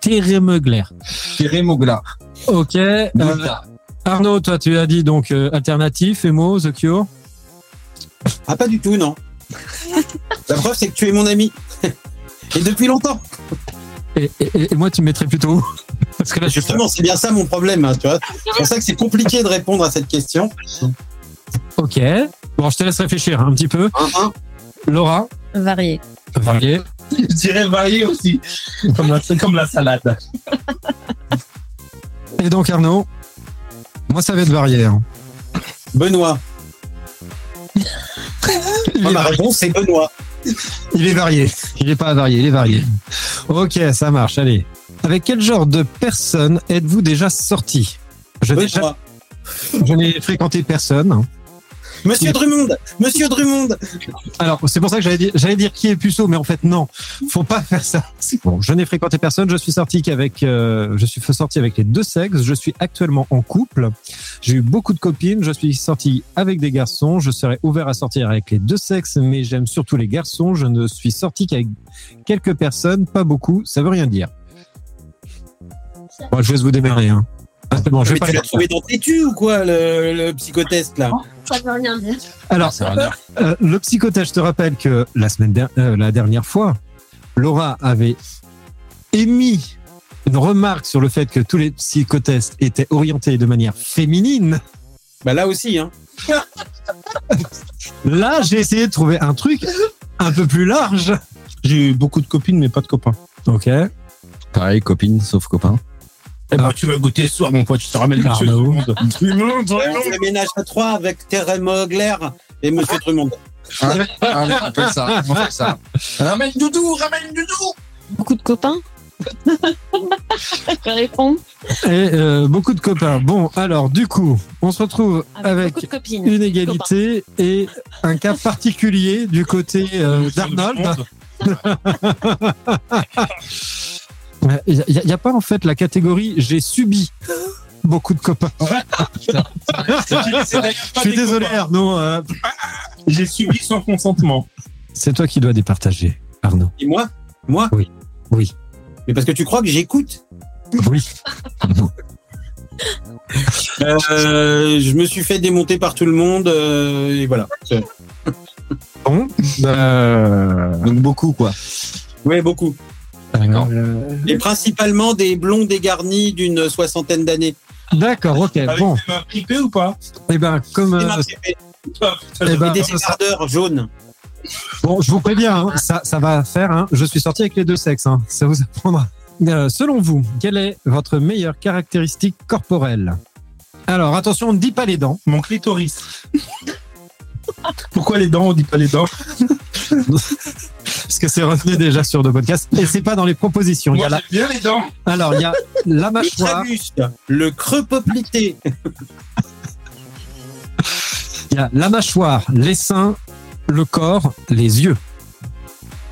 [SPEAKER 1] Thierry Mugler.
[SPEAKER 5] Thierry Mogler.
[SPEAKER 1] Ok. euh,
[SPEAKER 5] Doujda.
[SPEAKER 1] Arnaud, toi, tu as dit donc euh, alternatif, Emo, The Cure.
[SPEAKER 2] Ah, pas du tout, non. La preuve, c'est que tu es mon ami. Et depuis longtemps.
[SPEAKER 1] Et, et- et moi, tu me mettrais plutôt où Parce que là, je suis
[SPEAKER 2] Justement, c'est bien ça mon problème, hein, tu vois. C'est pour ça que c'est compliqué de répondre à cette question.
[SPEAKER 1] Ok. Bon, je te laisse réfléchir hein, un petit peu. Laura,
[SPEAKER 3] Varié.
[SPEAKER 1] varié.
[SPEAKER 4] Je dirais varié aussi. Comme la, comme la salade.
[SPEAKER 1] Et donc, Arnaud Moi, ça va être varié. hein.
[SPEAKER 2] Benoît. Moi, ma réponse, c'est Benoît.
[SPEAKER 1] Il est varié. Il n'est pas varié, il est varié. Ok, ça marche, allez. Avec quel genre de personne êtes-vous déjà sorti Je n'ai
[SPEAKER 2] Benoît.
[SPEAKER 1] jamais- je n'ai fréquenté personne.
[SPEAKER 2] Monsieur Drummond. Monsieur Drummond.
[SPEAKER 1] Alors, c'est pour ça que j'allais dire, j'allais dire qui est puceau, mais en fait, non. Faut pas faire ça. Bon, je n'ai fréquenté personne. Je suis sorti qu'avec, euh, je suis sorti avec les deux sexes. Je suis actuellement en couple. J'ai eu beaucoup de copines. Je suis sorti avec des garçons. Je serais ouvert à sortir avec les deux sexes, mais j'aime surtout les garçons. Je ne suis sorti qu'avec quelques personnes, pas beaucoup. Ça veut rien dire. Bon, je vais vous démarrer. Hein. Ah, c'est bon, je vais
[SPEAKER 2] Mais
[SPEAKER 1] pas
[SPEAKER 2] tu
[SPEAKER 1] le
[SPEAKER 2] l'as trouvé dans Tétu ou quoi, le, le psychotest, là
[SPEAKER 12] Ça veut rien dire.
[SPEAKER 1] Alors, euh, le psychotage, je te rappelle que la semaine der- euh, la dernière fois, Laura avait émis une remarque sur le fait que tous les psychotests étaient orientés de manière féminine.
[SPEAKER 2] Bah là aussi, hein.
[SPEAKER 1] Là, j'ai essayé de trouver un truc un peu plus large.
[SPEAKER 4] J'ai eu beaucoup de copines, mais pas de copains.
[SPEAKER 1] Ok.
[SPEAKER 5] Euh, Pareil, copine, sauf copain.
[SPEAKER 4] Eh ben, tu vas goûter ce soir, mon pote, je te ramène le
[SPEAKER 1] Arnaud.
[SPEAKER 4] monde. Drummond, Drummond.
[SPEAKER 2] On ménage à trois avec Thierry Mugler et Monsieur Drummond.
[SPEAKER 5] Hein Allez, on fait ça, on fait ça. Ramène Doudou, ramène Doudou
[SPEAKER 3] Beaucoup de copains Je vais répondre.
[SPEAKER 1] Et euh, beaucoup de copains. Bon, alors, du coup, on se retrouve avec,
[SPEAKER 3] Ah, beaucoup de copines.
[SPEAKER 1] une égalité et un cas particulier du côté euh, d'Arnold. Il n'y a, pas en fait la catégorie j'ai subi beaucoup de copains.
[SPEAKER 4] C'est d'ailleurs
[SPEAKER 1] Je
[SPEAKER 4] pas
[SPEAKER 1] suis
[SPEAKER 4] des
[SPEAKER 1] désolé
[SPEAKER 4] copains.
[SPEAKER 1] Arnaud, euh,
[SPEAKER 4] J'ai subi sans consentement.
[SPEAKER 1] c'est toi qui dois départager Arnaud.
[SPEAKER 2] Et moi Moi
[SPEAKER 1] Oui. Oui.
[SPEAKER 2] Mais parce que tu crois que j'écoute
[SPEAKER 1] Oui.
[SPEAKER 2] Euh, je me suis fait démonter par tout le monde euh, et voilà.
[SPEAKER 1] Bon. euh,
[SPEAKER 5] Donc beaucoup, quoi.
[SPEAKER 2] Ouais, beaucoup.
[SPEAKER 5] D'accord.
[SPEAKER 1] Mhm.
[SPEAKER 2] Et principalement des blonds dégarnis d'une soixantaine d'années.
[SPEAKER 1] D'accord, ok,
[SPEAKER 4] Avec
[SPEAKER 1] bon.
[SPEAKER 4] des mains fripées ou pas
[SPEAKER 1] Eh ben, comme.
[SPEAKER 2] Des
[SPEAKER 1] euh,
[SPEAKER 2] marques épais.
[SPEAKER 4] Ah, putain,
[SPEAKER 1] eh
[SPEAKER 2] Et
[SPEAKER 1] ben,
[SPEAKER 2] des
[SPEAKER 1] ça-
[SPEAKER 2] débardeurs jaunes.
[SPEAKER 1] Bon, je vous préviens, hein, ça, ça va faire. hein. Je suis sorti avec les deux sexes. hein. Ça vous apprendra. Euh, selon vous, quelle est votre meilleure caractéristique corporelle Alors, attention, on ne dit pas les dents.
[SPEAKER 4] Mon clitoris. Pourquoi les dents On dit pas les dents.
[SPEAKER 1] parce que c'est revenu déjà sur deux podcasts. Et c'est pas dans les propositions. Il y
[SPEAKER 4] Moi,
[SPEAKER 1] a la-
[SPEAKER 4] j'aime bien les dents.
[SPEAKER 1] Alors, il y a la mâchoire,
[SPEAKER 2] L'ultrabuste, le creux poplité.
[SPEAKER 1] il y a la mâchoire, les seins, le corps, les yeux.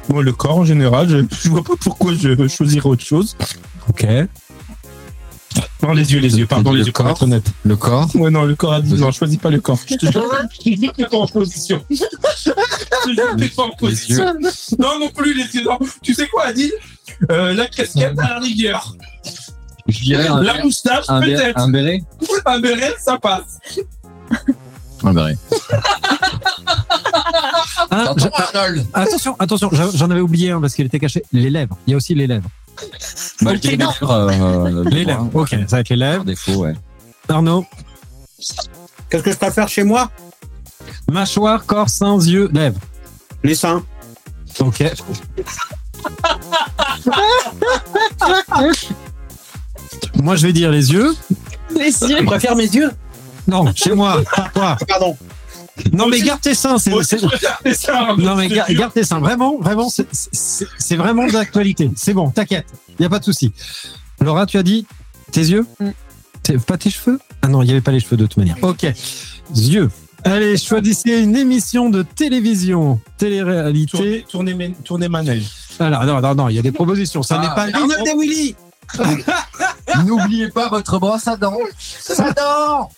[SPEAKER 4] Bon, le corps en général, je, je vois pas pourquoi je choisirais autre chose.
[SPEAKER 1] Ok.
[SPEAKER 3] Oh,
[SPEAKER 4] Non, les yeux, les yeux, pardon,
[SPEAKER 5] Le
[SPEAKER 4] les yeux, pour
[SPEAKER 5] corps.
[SPEAKER 4] être honnête.
[SPEAKER 5] Le corps.
[SPEAKER 4] Ouais, non, le corps a dit non, je choisis pas le corps. Je te jure, je te jure que t'es en position. Je te jure que t'es pas en position. Non, non plus, les yeux, non. Tu sais quoi, Adil euh, La casquette à la rigueur.
[SPEAKER 5] Je dirais un,
[SPEAKER 4] La moustache,
[SPEAKER 5] un, béret,
[SPEAKER 4] peut-être.
[SPEAKER 5] un béret.
[SPEAKER 4] Un béret, ça passe.
[SPEAKER 5] Un béret.
[SPEAKER 1] Hein,
[SPEAKER 5] T'entends, Arnold
[SPEAKER 1] j'a- attention, attention, j'a- j'en avais oublié un parce qu'il était caché. Les lèvres. Il y a aussi les lèvres.
[SPEAKER 5] Bah, je dirais les lèvres, euh,
[SPEAKER 1] Les
[SPEAKER 5] le bras,
[SPEAKER 1] lèvres. Ok, ça va être les
[SPEAKER 5] par
[SPEAKER 1] lèvres.
[SPEAKER 5] défaut, ouais.
[SPEAKER 1] Arnaud,
[SPEAKER 2] Qu'est-ce que je préfère chez moi
[SPEAKER 1] mâchoire, corps, seins, yeux, lèvres.
[SPEAKER 2] Les seins.
[SPEAKER 1] Ok. Moi, je vais dire les yeux.
[SPEAKER 3] Les
[SPEAKER 2] Je
[SPEAKER 3] yeux.
[SPEAKER 2] préfère mes yeux
[SPEAKER 1] Non, chez moi. pas toi.
[SPEAKER 2] Pardon.
[SPEAKER 1] Non, mais garde tes seins. c'est-
[SPEAKER 4] Moi aussi,
[SPEAKER 1] c'est-
[SPEAKER 4] je préfère tes seins,
[SPEAKER 1] Non, mais
[SPEAKER 4] je te
[SPEAKER 1] ga-
[SPEAKER 4] jure.
[SPEAKER 1] garde tes seins. Vraiment, vraiment, c'est- c'est c'est vraiment de l'actualité. C'est bon, t'inquiète. Il n'y a pas de souci. Laura, tu as dit tes yeux T'es- Pas tes cheveux Ah non, il n'y avait pas les cheveux de toute manière. Ok. Yeux. Allez, choisissez une émission de télévision, télé-réalité.
[SPEAKER 4] Tournez, tournez, tournez manège.
[SPEAKER 1] Alors, non, non, non, il y a des propositions. Ça n'est pas
[SPEAKER 2] Arnold et Willy
[SPEAKER 5] N'oubliez pas votre brosse à dents. Ça dents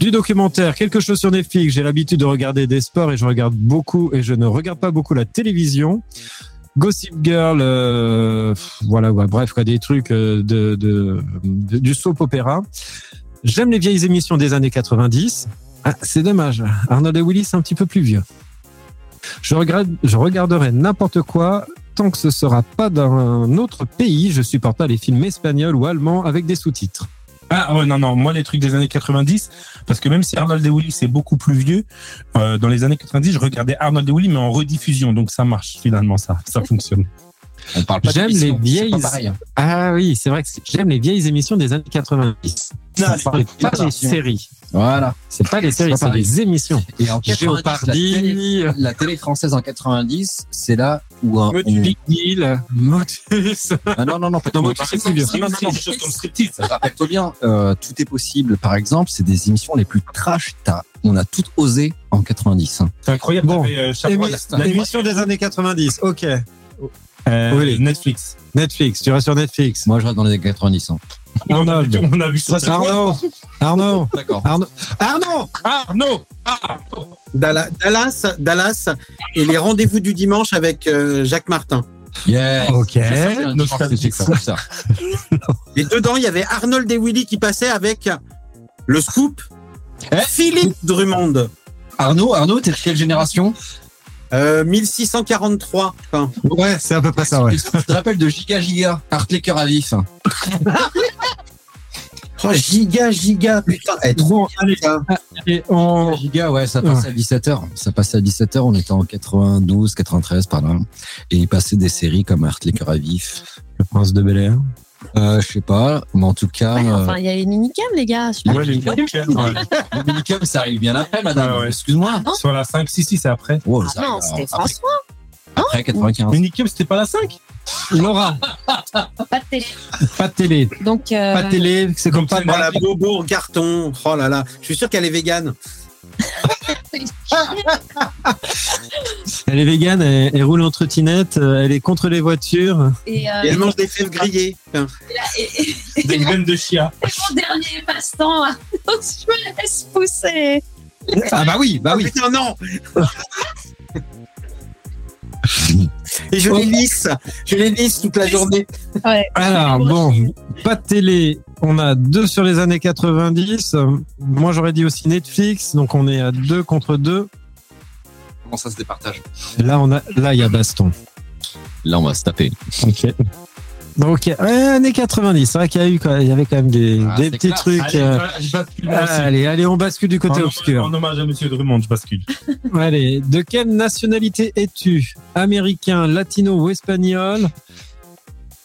[SPEAKER 1] du documentaire, quelque chose sur Netflix. J'ai l'habitude de regarder des sports et je regarde beaucoup et je ne regarde pas beaucoup la télévision. Gossip Girl, euh, pff, voilà, ouais, bref, quoi, des trucs euh, de, de- de- du soap opéra. J'aime les vieilles émissions des années 90. Ah, c'est dommage. Arnold et Willy, c'est un petit peu plus vieux. Je, regarde, je regarderai n'importe quoi tant que ce sera pas d'un autre pays. Je supporte pas les films espagnols ou allemands avec des sous-titres.
[SPEAKER 4] Ah ouais, non, non, moi les trucs des années 90, parce que même si Arnold et Willy c'est beaucoup plus vieux, euh, dans les années 90, je regardais Arnold et Willy mais en rediffusion, donc ça marche finalement, ça, ça fonctionne.
[SPEAKER 5] On parle
[SPEAKER 1] J'aime les vieilles.
[SPEAKER 5] hein.
[SPEAKER 1] Ah oui, c'est vrai que c'est- j'aime les vieilles émissions des années 90.
[SPEAKER 5] Non,
[SPEAKER 1] On parle
[SPEAKER 5] les
[SPEAKER 1] pas des
[SPEAKER 5] versions.
[SPEAKER 1] séries.
[SPEAKER 5] Voilà.
[SPEAKER 1] C'est pas les séries,
[SPEAKER 5] pas
[SPEAKER 1] c'est
[SPEAKER 5] pareil.
[SPEAKER 1] les émissions. euh,
[SPEAKER 5] Et en 90,
[SPEAKER 1] Géopardy.
[SPEAKER 5] la télé, la télé française en 90, c'est là où un.
[SPEAKER 1] Motus. Big Deal, euh, Motus.
[SPEAKER 5] Ah non, non, non, pas
[SPEAKER 1] Non,
[SPEAKER 5] tout.
[SPEAKER 1] Motus, c'est plus vieux.
[SPEAKER 5] Non, non, non, Rappelle-toi bien, euh, tout est possible. Par exemple, c'est des émissions les plus trash. T'as- On a tout osé en 90. hein.
[SPEAKER 4] C'est incroyable.
[SPEAKER 5] Bon.
[SPEAKER 4] t'avais, euh, Chabrol,
[SPEAKER 1] Émi-
[SPEAKER 4] la-
[SPEAKER 1] Émission des années 90, ok.
[SPEAKER 4] euh,
[SPEAKER 1] Oui.
[SPEAKER 4] Netflix.
[SPEAKER 1] Netflix, tu restes sur Netflix.
[SPEAKER 5] Moi, je reste dans les années 90. hein.
[SPEAKER 1] Arnold.
[SPEAKER 4] On a vu ça.
[SPEAKER 1] Arnaud. Arnaud.
[SPEAKER 5] D'accord.
[SPEAKER 1] Arnaud. Arnaud
[SPEAKER 4] Arnaud
[SPEAKER 2] Dalla- Dallas, Dallas et les rendez-vous du dimanche avec euh, Jacques Martin.
[SPEAKER 5] Yes.
[SPEAKER 1] Ok.
[SPEAKER 5] Ça, c'est un
[SPEAKER 4] Nostalgie.
[SPEAKER 5] divorce que j'ai fait, ça.
[SPEAKER 2] Et dedans, il y avait Arnold et Willy qui passaient avec le scoop
[SPEAKER 5] Eh
[SPEAKER 2] Philippe Drummond.
[SPEAKER 5] Arnaud, Arnaud, t'es de quelle génération
[SPEAKER 2] Euh, 1643. Enfin,
[SPEAKER 1] Ouais, c'est à peu près ça, ouais.
[SPEAKER 5] Je te rappelle de Giga Giga, Heartlaker à vif.
[SPEAKER 2] oh, giga, giga, putain. Eh, trop
[SPEAKER 1] Bon, allez,
[SPEAKER 2] ça.
[SPEAKER 1] et on...
[SPEAKER 5] Giga, ouais, ça passe à 17h. Ça passe à 17h, on était en 92, 93, par là. Et il passait des séries comme Heartlaker à vif.
[SPEAKER 1] Le prince de Bel Air.
[SPEAKER 5] Euh, je sais pas, mais en tout cas,
[SPEAKER 3] Ouais,
[SPEAKER 5] euh,
[SPEAKER 3] enfin, il y a les minicams, les gars. Je sais pas.
[SPEAKER 4] Ouais, les Nickel, ouais.
[SPEAKER 5] le minicum, ça arrive bien après, madame.
[SPEAKER 4] Ah ouais.
[SPEAKER 5] Excuse-moi.
[SPEAKER 4] Sur la 5, si, si, c'est après.
[SPEAKER 5] Oh,
[SPEAKER 3] Ah
[SPEAKER 5] ça
[SPEAKER 3] non,
[SPEAKER 5] arrive,
[SPEAKER 3] c'était
[SPEAKER 5] euh,
[SPEAKER 3] François,
[SPEAKER 5] Après, après 95.
[SPEAKER 4] Unicum, c'était pas la 5
[SPEAKER 1] Laura,
[SPEAKER 3] pas de télé.
[SPEAKER 1] pas de télé.
[SPEAKER 3] Donc, euh,
[SPEAKER 1] Pas de télé, c'est comme pas
[SPEAKER 2] Oh la bobo carton. Oh là là. Je suis sûr qu'elle est végane.
[SPEAKER 1] Elle est végane, elle, elle roule en trottinette, euh, elle est contre les voitures.
[SPEAKER 3] et, euh,
[SPEAKER 2] Et elle mange des fèves grillées. Enfin,
[SPEAKER 3] et- et-
[SPEAKER 4] Des graines de chia.
[SPEAKER 3] mon dernier passe-temps, hein. Donc, je me laisse pousser.
[SPEAKER 1] Ah bah oui, bah
[SPEAKER 2] Ah oui. Putain, non. Et je les lisse. Je les lisse toute la journée.
[SPEAKER 1] Alors bon, pas de télé. On a deux sur les années 90. Euh, Moi j'aurais dit aussi Netflix, donc on est à deux contre deux.
[SPEAKER 5] Comment ça se départage
[SPEAKER 1] Là on a, là il y a baston.
[SPEAKER 5] Là, on va se taper.
[SPEAKER 1] Ok. Ok, ouais, années 90. C'est vrai qu'il y a eu, quoi, il y avait quand même des,
[SPEAKER 5] Ah,
[SPEAKER 1] des
[SPEAKER 5] c'est
[SPEAKER 1] petits
[SPEAKER 5] clair.
[SPEAKER 1] trucs.
[SPEAKER 4] Allez,
[SPEAKER 1] euh,
[SPEAKER 4] voilà, je bascule moi aussi.
[SPEAKER 1] Allez, allez, on bascule du
[SPEAKER 4] En
[SPEAKER 1] côté
[SPEAKER 4] hommage-
[SPEAKER 1] obscur.
[SPEAKER 4] En hommage à Monsieur Drummond, je bascule.
[SPEAKER 1] Allez, de quelle nationalité es-tu Américain, latino ou espagnol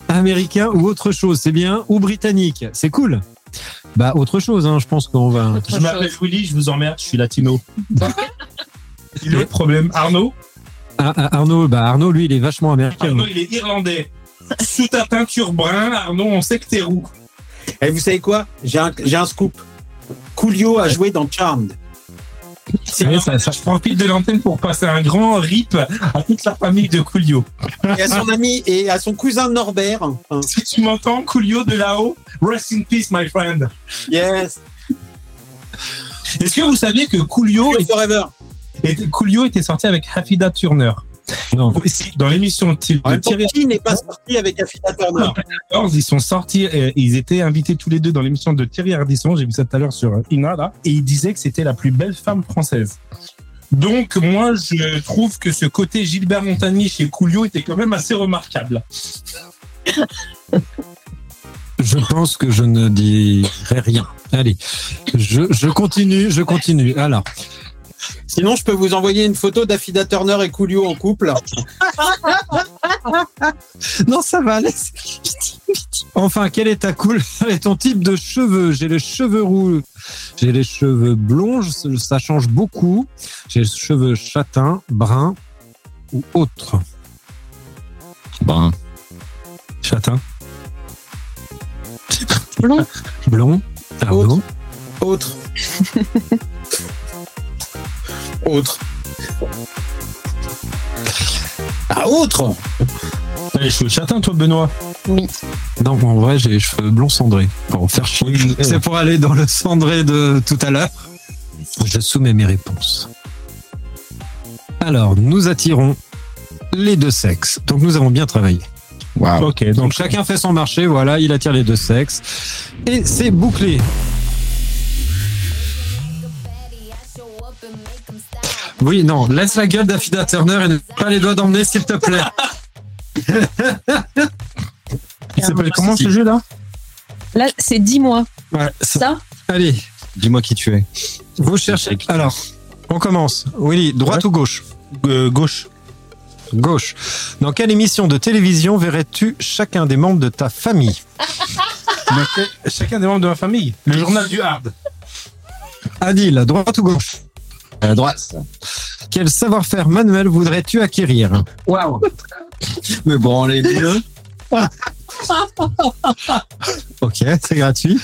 [SPEAKER 1] Américain ou autre chose, c'est bien Ou britannique C'est cool Bah, autre chose, hein, je pense qu'on va.
[SPEAKER 3] Autre
[SPEAKER 4] Je
[SPEAKER 3] chose.
[SPEAKER 4] m'appelle Willy, je vous emmerde, je suis latino. Il est le problème. Arnaud,
[SPEAKER 1] Ah, ah, Arnaud, bah, Arnaud, lui, il est vachement américain.
[SPEAKER 4] Arnaud, il est irlandais. Sous ta teinture brun, Arnaud, on sait que t'es roux.
[SPEAKER 2] Et vous savez quoi J'ai un, j'ai un scoop. Coolio a joué dans Charmed.
[SPEAKER 1] Ouais, ça- ça-
[SPEAKER 4] Je profite de l'antenne pour passer un grand rip à toute la famille de Coolio.
[SPEAKER 2] Et à son ami et à son cousin Norbert. Enfin,
[SPEAKER 4] Si tu m'entends, Coolio de là-haut, rest in peace, my friend.
[SPEAKER 2] yes.
[SPEAKER 4] Est-ce que vous saviez que Coolio
[SPEAKER 2] Coolio forever.
[SPEAKER 4] était, Coolio était sorti avec Hafida Turner
[SPEAKER 1] Non.
[SPEAKER 4] Dans l'émission de
[SPEAKER 2] En même temps,
[SPEAKER 4] Thierry
[SPEAKER 2] qui n'est pas sorti avec Afida Turner
[SPEAKER 4] 14, ils sont sortis, euh, ils étaient invités tous les deux dans l'émission de Thierry Ardisson, j'ai vu ça tout à l'heure sur euh, Ina, là, et il disait que c'était la plus belle femme française. Donc, moi, je trouve que ce côté Gilbert Montagny chez Coolio était quand même assez remarquable.
[SPEAKER 1] Je pense que je ne dirai rien. Allez, je, je continue, je continue. Alors,
[SPEAKER 2] Sinon, je peux vous envoyer une photo d'Afida Turner et Coolio en couple.
[SPEAKER 1] non, ça va, laisse. Enfin, quelle est ta couleur et ton type de cheveux J'ai les cheveux roux, j'ai les cheveux blonds, je- ça change beaucoup. J'ai les cheveux châtains, bruns ou autres.
[SPEAKER 5] Brun.
[SPEAKER 1] Châtain. Blond. Blond. Ah, blond.
[SPEAKER 2] Autre. autre. Ah, autre
[SPEAKER 4] T'as les cheveux châtains, toi, Benoît
[SPEAKER 3] Oui.
[SPEAKER 1] Non, en vrai, j'ai les cheveux blonds cendrés. Pour en faire chier. C'est pour aller dans le cendré de tout à l'heure. Je soumets mes réponses. Alors, nous attirons les deux sexes. Donc, nous avons bien travaillé.
[SPEAKER 5] Waouh.
[SPEAKER 1] Ok, Ah donc, chacun fait son marché. Voilà, il attire les deux sexes. Et c'est bouclé. Oui, non, laisse la gueule d'Affida Turner et ne pas les doigts d'emmener, s'il te plaît.
[SPEAKER 4] Il s'appelle comment ce jeu là
[SPEAKER 3] Là, c'est 10 mois.
[SPEAKER 1] Ouais,
[SPEAKER 3] Ça
[SPEAKER 1] Allez.
[SPEAKER 5] Dis-moi qui tu es.
[SPEAKER 1] Vous cherchez. Alors, on commence. Willy, droite ou Euh, gauche
[SPEAKER 4] Gauche.
[SPEAKER 1] Gauche. Dans quelle émission de télévision verrais-tu chacun des membres de ta famille
[SPEAKER 4] Chacun des membres de ma famille. Le journal du Hard.
[SPEAKER 1] Adil, droite ou gauche
[SPEAKER 5] À droite.
[SPEAKER 1] Quel savoir-faire manuel voudrais-tu acquérir
[SPEAKER 5] Waouh. Mais bon, les deux.
[SPEAKER 1] Ok, c'est gratuit.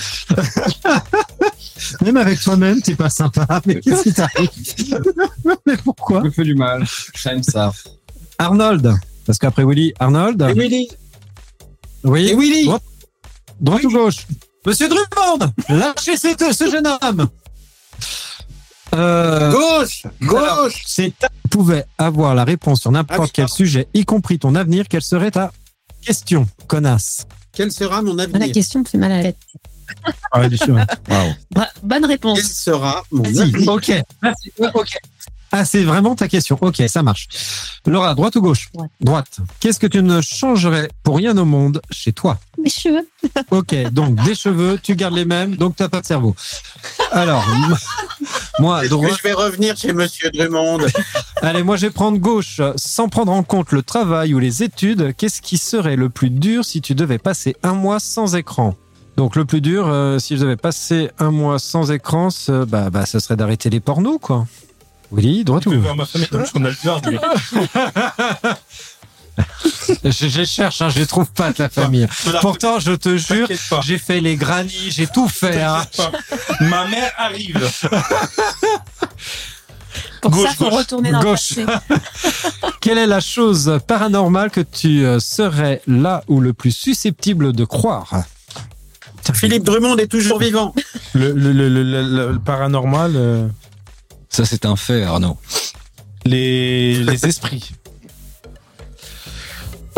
[SPEAKER 1] Même avec toi-même, t'es pas sympa. Mais qu'est-ce qui t'arrive Mais pourquoi
[SPEAKER 5] me fait du mal. J'aime ça.
[SPEAKER 1] Arnold. Parce qu'après Willy, Arnold.
[SPEAKER 2] Et Willy
[SPEAKER 1] Oui.
[SPEAKER 2] Et Willy
[SPEAKER 1] Droite, droite ou gauche Monsieur Drummond Lâchez cette- ce jeune homme Euh,
[SPEAKER 2] Gauche Gauche
[SPEAKER 1] C'est tu pouvais avoir la réponse sur n'importe quel sujet, y compris ton avenir, quelle serait ta question, connasse
[SPEAKER 2] Quel sera mon avenir
[SPEAKER 3] La question me fait mal à la tête. Bra- Bonne réponse.
[SPEAKER 2] Quel sera mon
[SPEAKER 1] Vas-y,
[SPEAKER 2] avenir
[SPEAKER 1] ok. Ah, c'est vraiment ta question. Ok, ça marche. Laura, droite ou gauche
[SPEAKER 3] Droite.
[SPEAKER 1] Qu'est-ce que tu ne changerais pour rien au monde chez toi
[SPEAKER 3] Mes cheveux.
[SPEAKER 1] Ok, donc des cheveux, tu gardes les mêmes, donc t'as pas de cerveau. Alors, moi,
[SPEAKER 2] Est-ce que
[SPEAKER 1] droite.
[SPEAKER 2] je vais revenir chez Monsieur Drummond.
[SPEAKER 1] Allez, moi, je vais prendre gauche. Sans prendre en compte le travail ou les études, qu'est-ce qui serait le plus dur si tu devais passer un mois sans écran Donc, le plus dur, euh, si je devais passer un mois sans écran, ce, bah, bah, ce serait d'arrêter les pornos, quoi. Oui, droite ou
[SPEAKER 4] Je vais
[SPEAKER 1] gauche
[SPEAKER 4] voir ma famille dans le journal du Hard. mais-
[SPEAKER 1] je, je cherche, hein, je les trouve pas, ta famille.
[SPEAKER 4] la-
[SPEAKER 1] Pourtant, je te jure,
[SPEAKER 4] T'inquiète pas.
[SPEAKER 1] j'ai fait les granits, j'ai tout fait. hein.
[SPEAKER 4] Ma mère arrive.
[SPEAKER 3] Pour
[SPEAKER 4] Gauche,
[SPEAKER 3] ça, faut
[SPEAKER 4] gauche.
[SPEAKER 3] retourner dans
[SPEAKER 1] Gauche.
[SPEAKER 3] le passé.
[SPEAKER 1] Quelle est la chose paranormale que tu euh, serais là ou le plus susceptible de croire
[SPEAKER 2] Philippe Drummond est toujours vivant.
[SPEAKER 4] Le, le, le, le- le- le paranormal, euh,
[SPEAKER 5] Ça, c'est un fait, Arnaud.
[SPEAKER 4] les, les esprits.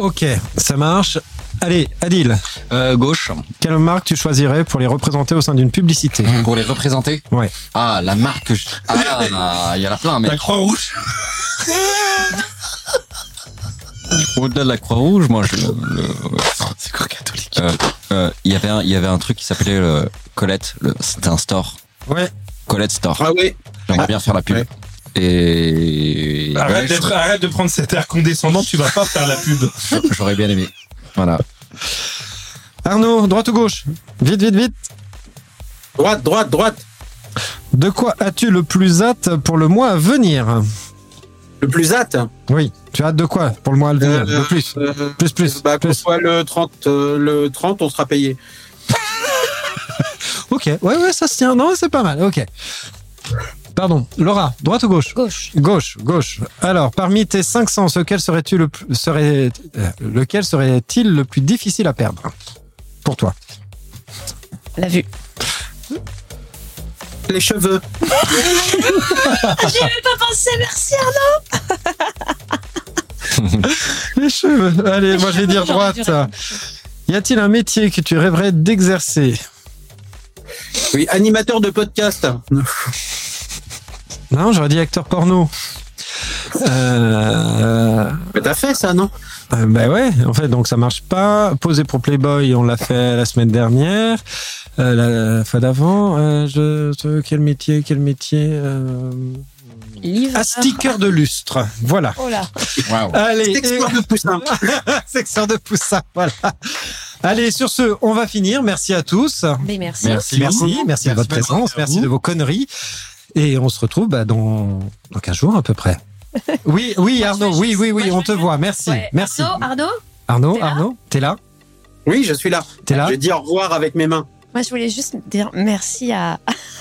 [SPEAKER 1] Ok, ça marche. Allez, Adil,
[SPEAKER 5] Euh, gauche.
[SPEAKER 1] quelle marque tu choisirais pour les représenter au sein d'une publicité
[SPEAKER 5] Pour les représenter.
[SPEAKER 1] Ouais.
[SPEAKER 5] Ah, la marque. que je- Ah, il y en a plein, mais.
[SPEAKER 4] La Croix-Rouge.
[SPEAKER 5] Au-delà de la Croix-Rouge, moi, je. C'est quoi catholique Il y, avait un, euh, il y avait un truc qui s'appelait le Colette. le- C'était un store.
[SPEAKER 1] Ouais.
[SPEAKER 5] Colette Store.
[SPEAKER 2] Ah oui.
[SPEAKER 5] J'aimerais bien faire la pub.
[SPEAKER 2] Ouais.
[SPEAKER 5] Et.
[SPEAKER 4] Arrête,
[SPEAKER 5] Ouais,
[SPEAKER 4] d'être- arrête de prendre cet air condescendant, tu vas pas faire la pub.
[SPEAKER 5] j'aurais- J'aurais bien aimé. Voilà.
[SPEAKER 1] Arnaud, droite ou gauche Vite, vite, vite.
[SPEAKER 2] Droite, droite, droite.
[SPEAKER 1] De quoi as-tu le plus hâte pour le mois à venir
[SPEAKER 2] Le plus hâte.
[SPEAKER 1] Oui, tu as hâte de quoi pour le mois à venir
[SPEAKER 2] Euh,
[SPEAKER 1] De plus,
[SPEAKER 2] euh,
[SPEAKER 1] plus, plus,
[SPEAKER 2] bah, qu'on
[SPEAKER 1] plus.
[SPEAKER 2] soit le 30, euh, le 30, on sera payé.
[SPEAKER 1] Ok, ouais, ouais, ça se tient. Non, c'est pas mal. Ok. Pardon. Laura, droite ou gauche
[SPEAKER 3] Gauche.
[SPEAKER 1] Gauche, gauche. Alors, parmi tes 500, lequel serais-tu le p- serait euh, lequel serait-il le plus difficile à perdre pour toi
[SPEAKER 3] La vue.
[SPEAKER 2] Les cheveux.
[SPEAKER 3] J'y avais pas pensé, merci.
[SPEAKER 1] Les cheveux. Allez,
[SPEAKER 3] Les
[SPEAKER 1] moi je vais
[SPEAKER 3] cheveux,
[SPEAKER 1] dire
[SPEAKER 3] j'aurais dû
[SPEAKER 1] droite. Y a-t-il un métier que tu rêverais d'exercer
[SPEAKER 2] Oui, animateur de podcast.
[SPEAKER 1] Non, j'aurais dit acteur porno. Euh,
[SPEAKER 2] Mais T'as fait ça, non
[SPEAKER 1] Euh, ben ouais, en fait, donc ça marche pas. Poser pour Playboy, on l'a fait la semaine dernière, Euh, la, la fois d'avant. euh, je, je- quel métier, quel métier euh,
[SPEAKER 3] Livre.
[SPEAKER 1] Un sticker de lustre, voilà.
[SPEAKER 3] Oh là.
[SPEAKER 5] Waouh.
[SPEAKER 1] Allez,
[SPEAKER 2] Sexploit
[SPEAKER 1] et-
[SPEAKER 2] de poussin.
[SPEAKER 1] Secteur de poussin, voilà. Allez, sur ce, on va finir. Merci à tous.
[SPEAKER 3] Mais merci.
[SPEAKER 1] Merci, merci, merci à votre présence, merci de vos conneries. Et on se retrouve bah, dans, dans 15 jours à peu près. Oui, oui, Arnaud, oui, oui, oui, on te voit. Merci, merci.
[SPEAKER 13] Arnaud, Arnaud T'es
[SPEAKER 1] Arnaud,
[SPEAKER 13] là
[SPEAKER 1] Arnaud, t'es là
[SPEAKER 2] Oui, je suis là.
[SPEAKER 1] T'es là
[SPEAKER 2] Je dis au revoir avec mes mains.
[SPEAKER 3] Moi, je voulais juste dire merci à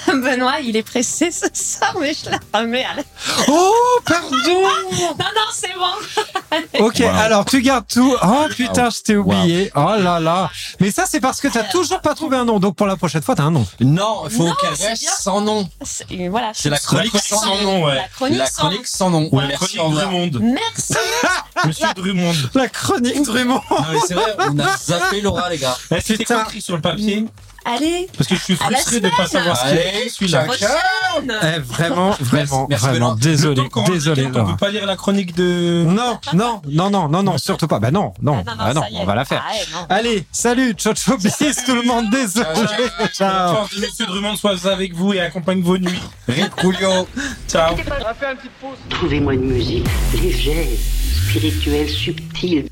[SPEAKER 3] à Benoît. Il est pressé ce soir, mais je la remets à la...
[SPEAKER 1] Oh, pardon
[SPEAKER 3] Non, non, c'est bon.
[SPEAKER 1] Ok, alors tu gardes tout. Oh putain, je t'ai oublié. Oh là là. Mais ça, c'est parce que t'as toujours pas trouvé un nom. Donc pour la prochaine fois, t'as un nom.
[SPEAKER 5] Non, faut
[SPEAKER 3] Non,
[SPEAKER 5] qu'elle
[SPEAKER 3] c'est
[SPEAKER 5] reste
[SPEAKER 3] bien.
[SPEAKER 5] sans nom.
[SPEAKER 3] C'est- et voilà,
[SPEAKER 5] C'est la chronique sans nom, ouais.
[SPEAKER 3] La chronique
[SPEAKER 5] La
[SPEAKER 3] sans
[SPEAKER 5] chronique sans nom.
[SPEAKER 4] Ouais,
[SPEAKER 5] Merci,
[SPEAKER 4] chronique
[SPEAKER 5] au revoir.
[SPEAKER 4] Drummond.
[SPEAKER 3] Merci.
[SPEAKER 4] Monsieur Drummond.
[SPEAKER 1] La chronique Drummond.
[SPEAKER 5] Non, mais Ah c'est vrai, on a zappé Laura, les gars.
[SPEAKER 4] Est-ce que
[SPEAKER 1] Putain.
[SPEAKER 4] t'as écrit sur le papier
[SPEAKER 3] Allez.
[SPEAKER 4] Parce que je suis
[SPEAKER 3] À la
[SPEAKER 4] frustré de
[SPEAKER 3] semaine.
[SPEAKER 4] pas savoir ce qu'il y a écrit, celui-là.
[SPEAKER 3] Prochaine.
[SPEAKER 1] Eh, vraiment, vraiment,
[SPEAKER 5] merci,
[SPEAKER 1] vraiment.
[SPEAKER 5] Benoît.
[SPEAKER 1] Désolé,
[SPEAKER 4] temps qu'on
[SPEAKER 1] Ah, désolé.
[SPEAKER 4] On peut
[SPEAKER 1] Laura.
[SPEAKER 4] pas lire la chronique de.
[SPEAKER 1] Non, non, non, non, non, non, surtout pas. Bah non, non,
[SPEAKER 3] Ah non, non,
[SPEAKER 1] ah non,
[SPEAKER 3] ça y est.
[SPEAKER 1] on va la faire.
[SPEAKER 3] Ah, eh, non.
[SPEAKER 1] Allez, salut, ciao, ciao, bis, tout le monde, désolé.
[SPEAKER 5] Ah
[SPEAKER 4] La
[SPEAKER 1] Ciao.
[SPEAKER 4] force de Monsieur Drummond soit avec vous et accompagne vos nuits.
[SPEAKER 5] Rick Coolio.
[SPEAKER 4] Ciao.
[SPEAKER 6] Trouvez-moi une musique légère, spirituelle, subtile,